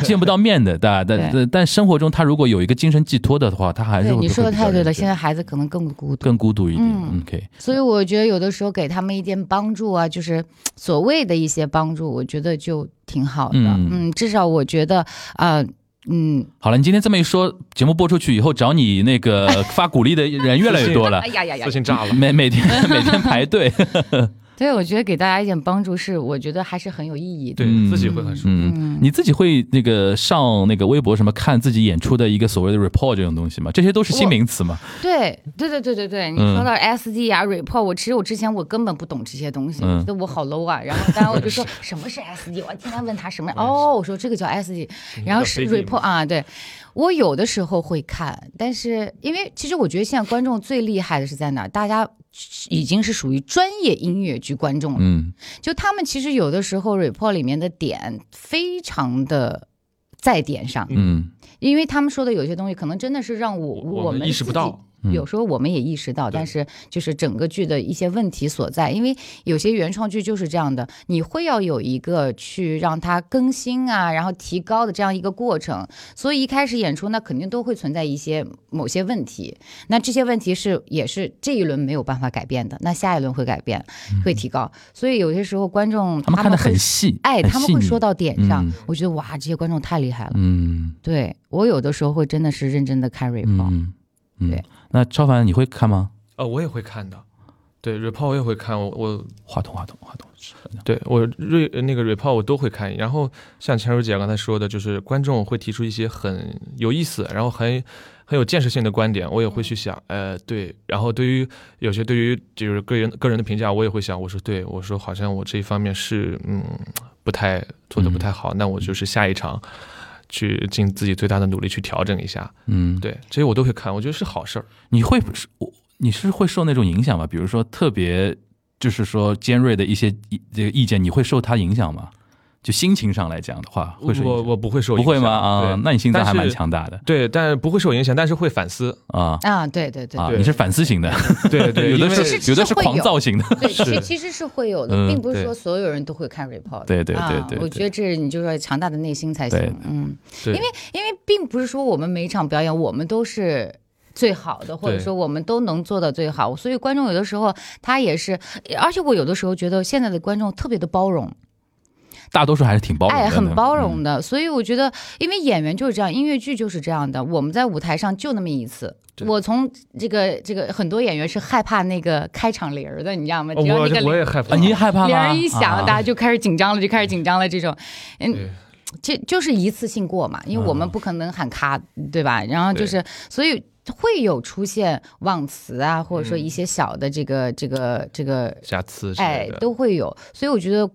见不到面的，但但但但生活中他如果有一个精神寄托的话，他还是对，会你说的太对了，现在在孩子可能更孤独。更孤独一点。嗯嗯，OK，所以我觉得有的时候给他们一点帮助啊，就是所谓的一些帮助，我觉得就挺好的。嗯嗯至少我觉得啊、呃嗯，好了，你今天这么一说，节目播出去以后，找你那个 (laughs) 发鼓励的人越来越多了哎，呀呀呀自，信炸了。每每天每天 (laughs) 排队。对，我觉得给大家一点帮助是，我觉得还是很有意义的。对嗯自己会很舒服。嗯，你自己会那个上那个微博什么看自己演出的一个所谓的 report 这种东西吗？这些都是新名词嘛？对对对对对对，你嗯说到 SD 啊、report，我其实我之前我根本不懂这些东西，嗯我觉得我好 low 啊。然后当然我就说 (laughs) 什么是 SD，我天天问他什么，哦，我说这个叫 SD，然后是叫 Biggie 嘛 report 啊，对。我有的时候会看，但是因为其实我觉得现在观众最厉害的是在哪儿？大家已经是属于专业音乐剧观众了，嗯就他们其实有的时候 report 里面的点非常的在点上，嗯因为他们说的有些东西可能真的是让我我们们意识不自己到。嗯有时候我们也意识到，对但是就是整个剧的一些问题所在，因为有些原创剧就是这样的，你会要有一个去让它更新啊，然后提高的这样一个过程，所以一开始演出那肯定都会存在一些某些问题，那这些问题是也是这一轮没有办法改变的，那下一轮会改变，会提高，所以有些时候观众他们看得会很细，哎，很他们细会腻说到点上，嗯我觉得哇，这些观众太厉害了。嗯对我有的时候会真的是认真的看 report，、嗯嗯对。那超凡你会看吗？呃，我也会看的。对 report 我也会看，我我话筒话筒话筒，对我瑞那个 report 我都会看。然后像钱茹姐刚才说的，就是观众会提出一些很有意思，然后很很有建设性的观点，我也嗯会去想，呃，对。然后对于有些对于就是个人个人的评价，我也会想，我说对，我说好像我这一方面是嗯不太做的不太好，那我就是下一场去尽自己最大的努力去调整一下。嗯，对，这些我都会看，我觉得是好事儿。你会是我你是会受那种影响吗？比如说特别就是说尖锐的一些意这个意见，你会受它影响吗？就心情上来讲的话，会受影响我我不会受不会影吗？响啊对，那你心脏还但是蛮强大的对，但不会受影响，但是会反思。啊啊，对对对啊！对你是反思型的，对 (laughs) 对，有的因为是有的是狂躁型的， (laughs) 对，其是其实是会有的，嗯并不是对说所有人都会看 report 的。对对对啊对我对觉得这你就说强大的内心才对行。嗯，对因为因为并不是说我们每一场表演我们都是。最好的，或者对说我们都能做到最好，所以观众有的时候他也是，而且我有的时候觉得现在的观众特别的包容，大多数还是挺包容的，哎，很包容嗯。的。所以我觉得，因为演员就是这样，音乐剧就是这样的。我们在舞台上就那么一次。对我从这个这个很多演员是害怕那个开场铃儿的，你知道吗？只要那个哦我我铃也害啊，怕。你害怕铃吗？儿一响，啊大家就开始紧张了，就开始紧张了。这种对这就是一次性过嘛，因为我们不可能喊咔，对吧？然后就是，所以会有出现忘词啊，或者说一些小的这个这个这个瑕疵之哎类，的。都会有。所以我觉得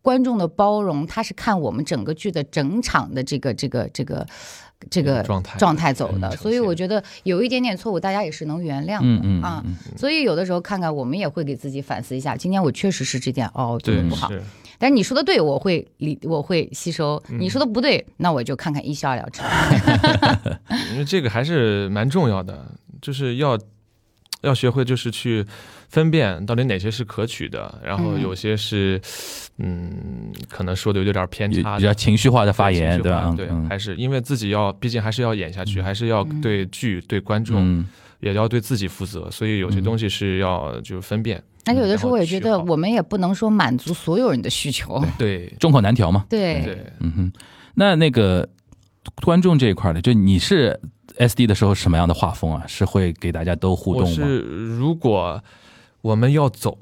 观众的包容，他是看我们整个剧的整场的这个这个这个这个状态状态走的。嗯所以我觉得有一点点错误，大家也是能原谅的。嗯嗯啊嗯所以有的时候看看，我们也会给自己反思一下，今天我确实是这点哦做对的不好。是，但是你说的对，我会理我会吸收；嗯你说的不对，那我就看看一笑了之。因为这个还是蛮重要的，就是要要学会就是去分辨到底哪些是可取的，然后有些是，嗯，可能说的有点偏比差比的较。情绪化的发情言，绪对化吧？对，嗯还是因为自己要，毕竟还是要演下去，嗯还是要对剧、对观众，嗯，也要对自己负责，所以有些东西是要就分辨。而且有的时候我也觉然得，后去好我们也不能说满足所有人的需求。对众口难调嘛。对，对，嗯哼，那那个观众这一块呢，就你是 SD 的时候是什么样的画风啊？是会给大家都互我动吗？哦是如果我们要走，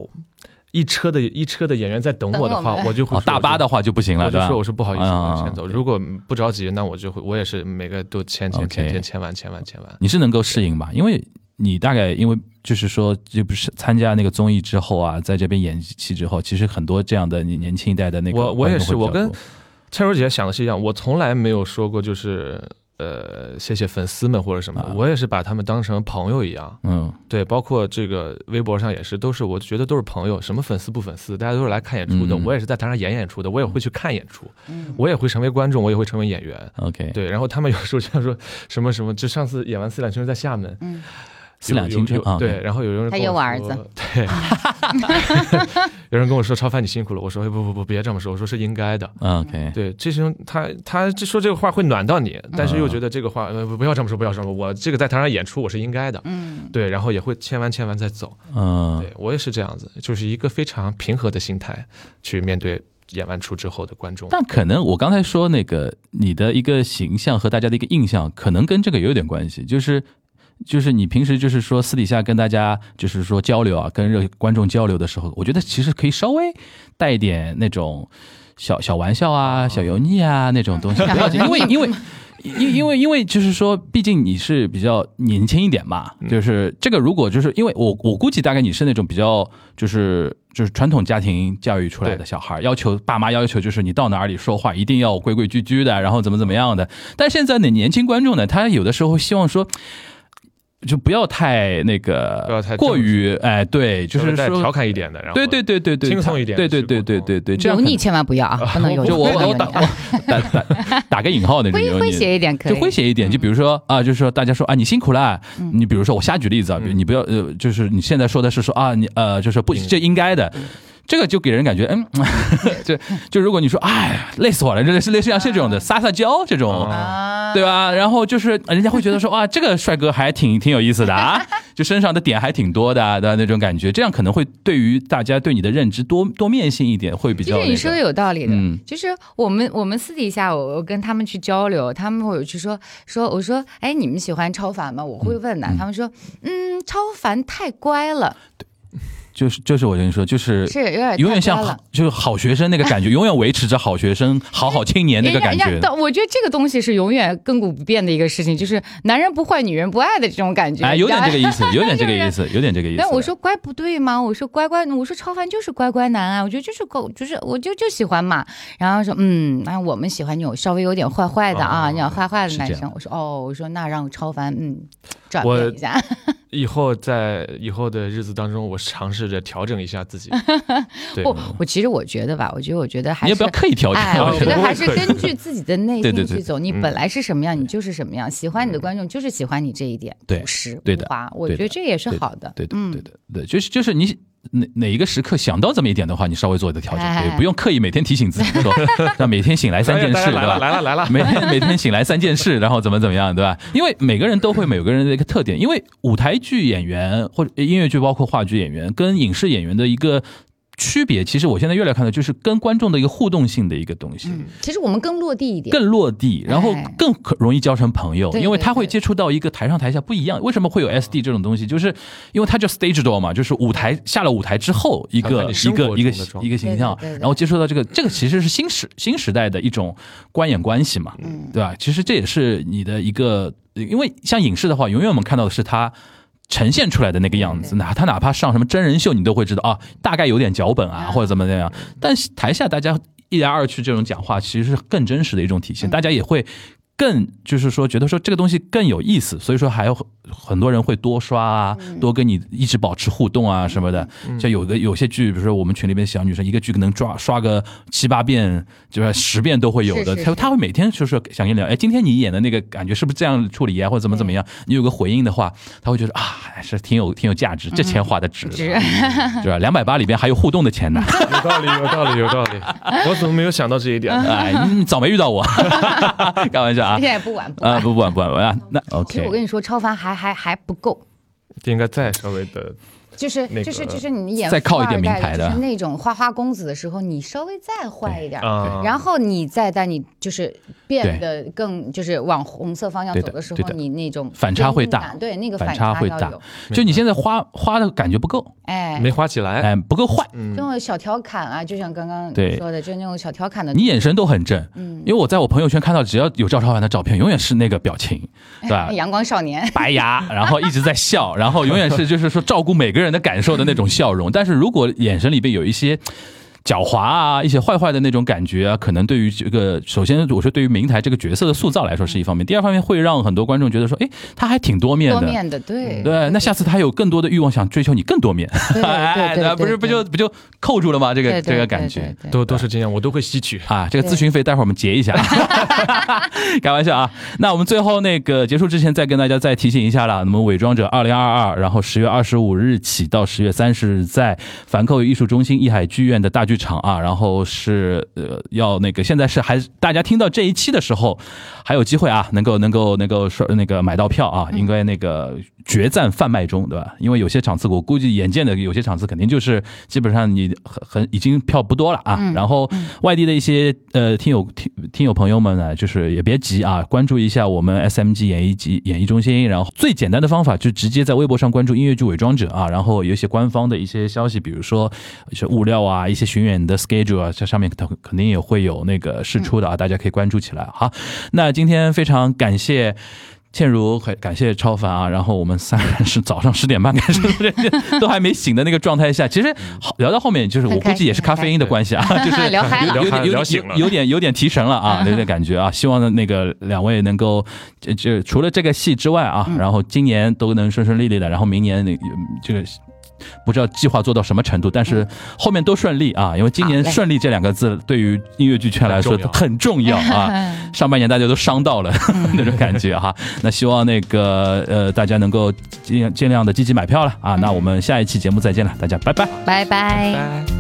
一车的一车的演员在等我的等我话，们我就会哦，说大巴的话就不行了，我就对吧说？我是不好意思，啊我先走。如果不着急，那我就会，我也是每个都签签签 OK 签签完签完签完。你是能够适应吧？因为你大概因为就是说，这不是参加那个综艺之后啊，在这边演戏之后，其实很多这样的你年轻一代的那个我我也是观众会比较我跟多蔡茹姐想的是一样，我从来没有说过就是呃谢谢粉丝们或者什么的，啊我也是把他们当成朋友一样。嗯对，包括这个微博上也是，都是我觉得都是朋友，什么粉丝不粉丝，大家都是来看演出的。嗯我也是在台上演演出的，我也会去看演出，我也会成为观众，我也会成为演员。 OK，对，然后他们有时候这样说什么什么，就上次演完《四两青春》在厦门，嗯，四两青春有有啊，对，，然后有人他跟有我儿说子，对， (laughs) 有人跟我说超凡你辛苦了，我说哎不不不别这么说，我说是应该的。嗯 OK，对，这是他他这说这个话会暖到你，但嗯是又觉得这个话呃不不要这么说，不要这么说，我这个在台上演出我是应该的，嗯，对，然后也会签完签完再走，嗯对我也是这样子，就是一个非常平和的心态去面对演完出之后的观众。但可能我刚才说那个你的一个形象和大家的一个印象，可能跟这个也有点关系，就是。就是你平时就是说私底下跟大家就是说交流啊，跟热观众交流的时候，我觉得其实可以稍微带一点那种小小玩笑哦啊、小油腻啊那种东 (laughs) 西，不要紧因为因为因因为因为就是说，毕竟你是比较年轻一点嘛，嗯就是这个如果就是因为我我估计大概你是那种比较就是就是传统家庭教育出来的对小孩儿，要求爸妈要求就是你到哪里说话一定要规规矩矩的，然后怎么怎么样的。但现在的年轻观众呢，他有的时候希望说。就不要太那个，不要太过于哎，对，就是再调说，侃一点的，然后对对对对对，轻松一点对对去对沟通对对对，这样油可能腻千万不要啊，不能油腻，就我不能油我腻打啊。打打打个引号的那种诙油诙腻，谐一点可就以，诙谐一点，就比如说嗯啊，就是说大家说啊，你辛苦啦。你比如说我瞎举例子啊，比如你不要呃，就是你现在说的是说啊，你呃，就是不嗯这应该的。这个就给人感觉，嗯， (laughs) 就就如果你说，哎呀，累死我了，这类似类似像这种的啊撒撒娇这种，啊，嗯对吧？然后就是呃人家会觉得说，哇，这个帅哥还挺挺有意思 (laughs) 的啊，就身上的点还挺多的啊的那种感觉，这样可能会对于大家对你的认知多多面性一点，会比其较实那你说的个。有道理的，嗯就是我们我们私底下我我跟他们去交流，他们会有去说说我说哎你们喜欢超凡吗？我会问的，他们说嗯超凡太乖了，就是就是我跟你说，就是是有点永远太像乖好了。就是好学生那个 (laughs) 感觉，永远维持着好学生、好好青年那个人家感人觉哎家，。但我觉得这个东西是永远亘古不变的一个事情，就是男人不坏，女人不爱的这种感觉。哎，有点这个意思，有点这就个是 (laughs) 意思，有点这个意思。但我说乖不对吗？我说乖乖，我说超凡就是乖乖男啊，我觉得就是狗，就是我就就喜欢嘛。然后说嗯，那我们喜欢那种稍微有点坏坏的啊，哦那种坏坏的是男这样生。我说哦，我说那让超凡嗯转我变一下。以后在以后的日子当中，我尝试着调整一下 (laughs) 自己。对，我我其实我觉得吧，我觉得我觉得还你也不是要。刻意调节，哎，我我觉得觉得还是可以根据自己的内对对心对嗯去走。你嗯本来是什么样，你就是什么样。喜欢你的观众就是喜欢你这一点，对朴实对无的华。我对觉的得这也是对的好的。对的，嗯对的，对，就是就是你哪哪一个时刻想到这么一点的话，你稍微做一个调整，哎对，不用刻意每天提醒自己 (laughs) 说，让每天醒来三件大事，家对吧来了？来了来了，每天每天醒来三件事，然后怎么怎么样，对吧？因为每个人都会每个人的一个特点，因为舞台剧演员或者音乐剧，包括话剧演员跟影视演员的一个。区别其实我现在越来越看到，就是跟观众的一个互动性的一个东西，其实我们更落地一点。更落地，然后哎更可容易交成朋友，对因为他对会对接触到一个台上台下不一样。为什么会有 SD 这种东西？就是因为它叫 stage door 嘛，就是舞台下了舞台之后一想个看你一生活个中一个的状态一个形象对对，对然后接触到这个，这个其实是新时新时代的一种观演关系嘛，嗯对吧？其实这也是你的一个，因为像影视的话，永远我们看到的是它。呈现出来的那个样子，哪他哪怕上什么真人秀，你都会知道啊，大概有点脚本啊，嗯或者怎么怎么样。但是台下大家一来二去这种讲话，其实是更嗯真实的一种体现，大家也会更就是说觉得说这个东西更有意思，所以说还要很多人会多刷啊，嗯多跟你一直保持互动啊什么的。像有的有些剧，比如说我们群里边小女生，一个剧可能抓刷个七八遍，就是十遍都会有的。是是她是她会每天就是想跟你聊，哎，今天你演的那个感觉是不是这样处理啊，或者怎么怎么样？你有个回应的话，她会觉得啊，还是挺有挺有价值，这钱花的值，嗯啊嗯值对吧？两百八里边还有互动 (laughs) 的钱呢。有道理，有道理，有道理。我怎么没有想到这一点呢？哎，你早没遇到我， (laughs) 开玩笑啊 (laughs) 现。在也不晚不晚。啊，不不不不啊，那其实我 OK，跟你说，超凡还还还不够，应该再稍微的，就是那个就是就是你演再靠一点富二代名牌的就是那种花花公子的时候，你稍微再坏一点。啊然后你再带你就是变对得更就是往红色方向对走的的时对候，的你那种反差会边大缘感对那个反差差会要大有，就你现在花花的感觉不够，哎，嗯没花起来。哎，不够坏，这种小调侃啊，就像刚刚对说的，就那种小调侃的，你眼神都很正，嗯？因为我在我朋友圈看到，只要有赵超凡的照片，永远是那个表情，对吧阳光少年，白牙，然后一直在笑，然后永远是就是说照顾每个人的感受的那种笑容。但是如果眼神里边有一些狡猾啊，一些坏坏的那种感觉啊，可能对于这个，首先我说对于明台这个角色的塑造来说是一方面，第二方面会让很多观众觉得说，哎，他还挺多面多的。面的，对对，那下次他有更多的欲望想追求你更多面， (laughs) 哎对对对，不是不就不就扣住了吗？这个这个感觉，都都是这样，我都会吸取。啊，这个对咨询费待会儿我们结一下，开玩笑啊。那我们最后那个结束之前，再跟大家再提醒一下啦。那么《伪装者二零二二》，然后十月二十五日起到十月三十日，在梵扣艺术中心艺海剧院的大剧场啊，然后是呃要那个现在是还大家听到这一期的时候，还有机会啊，能够能够能够说那个买到票啊，应该那个决战贩卖中，对吧？因为有些场次我估计眼见的有些场次肯定就是基本上你很很已经票不多了啊。然后外地的一些呃听友听听友朋友们呢，就是也别急啊，关注一下我们 SMG 演艺集演艺中心。然后最简单的方法就直接在微博上关注“音乐剧伪装者”啊，然后有一些官方的一些消息，比如说一些物料啊、一些巡演的 schedule 啊，这上面它肯定也会有那个试出的啊，大家可以关注起来。好，那今天非常感谢。倩茹，感感谢超凡啊，然后我们三个人是早上十点半开始，都还没醒的那个状态下，其实好聊到后面就是我很估开计也是心 (laughs) 咖啡因的关系啊，就是聊嗨了有点聊嗨有了聊点醒了有有点有点提神了啊，有点感觉啊，希望那个两位能够这这除了这个戏之外啊，然后今年都能顺顺利利的，然后明年那个这个。不知道计划做到什么程度，但是后面都顺利啊，因为今年好嘞“顺利”这两个字对于音乐剧圈来说很重要很重要啊。上半年大家都伤到了 (laughs) 那种感觉哈，那希望那个呃大家能够尽尽量的积极买票了啊。那我们下一期节目再见了，大家拜拜。拜拜。拜。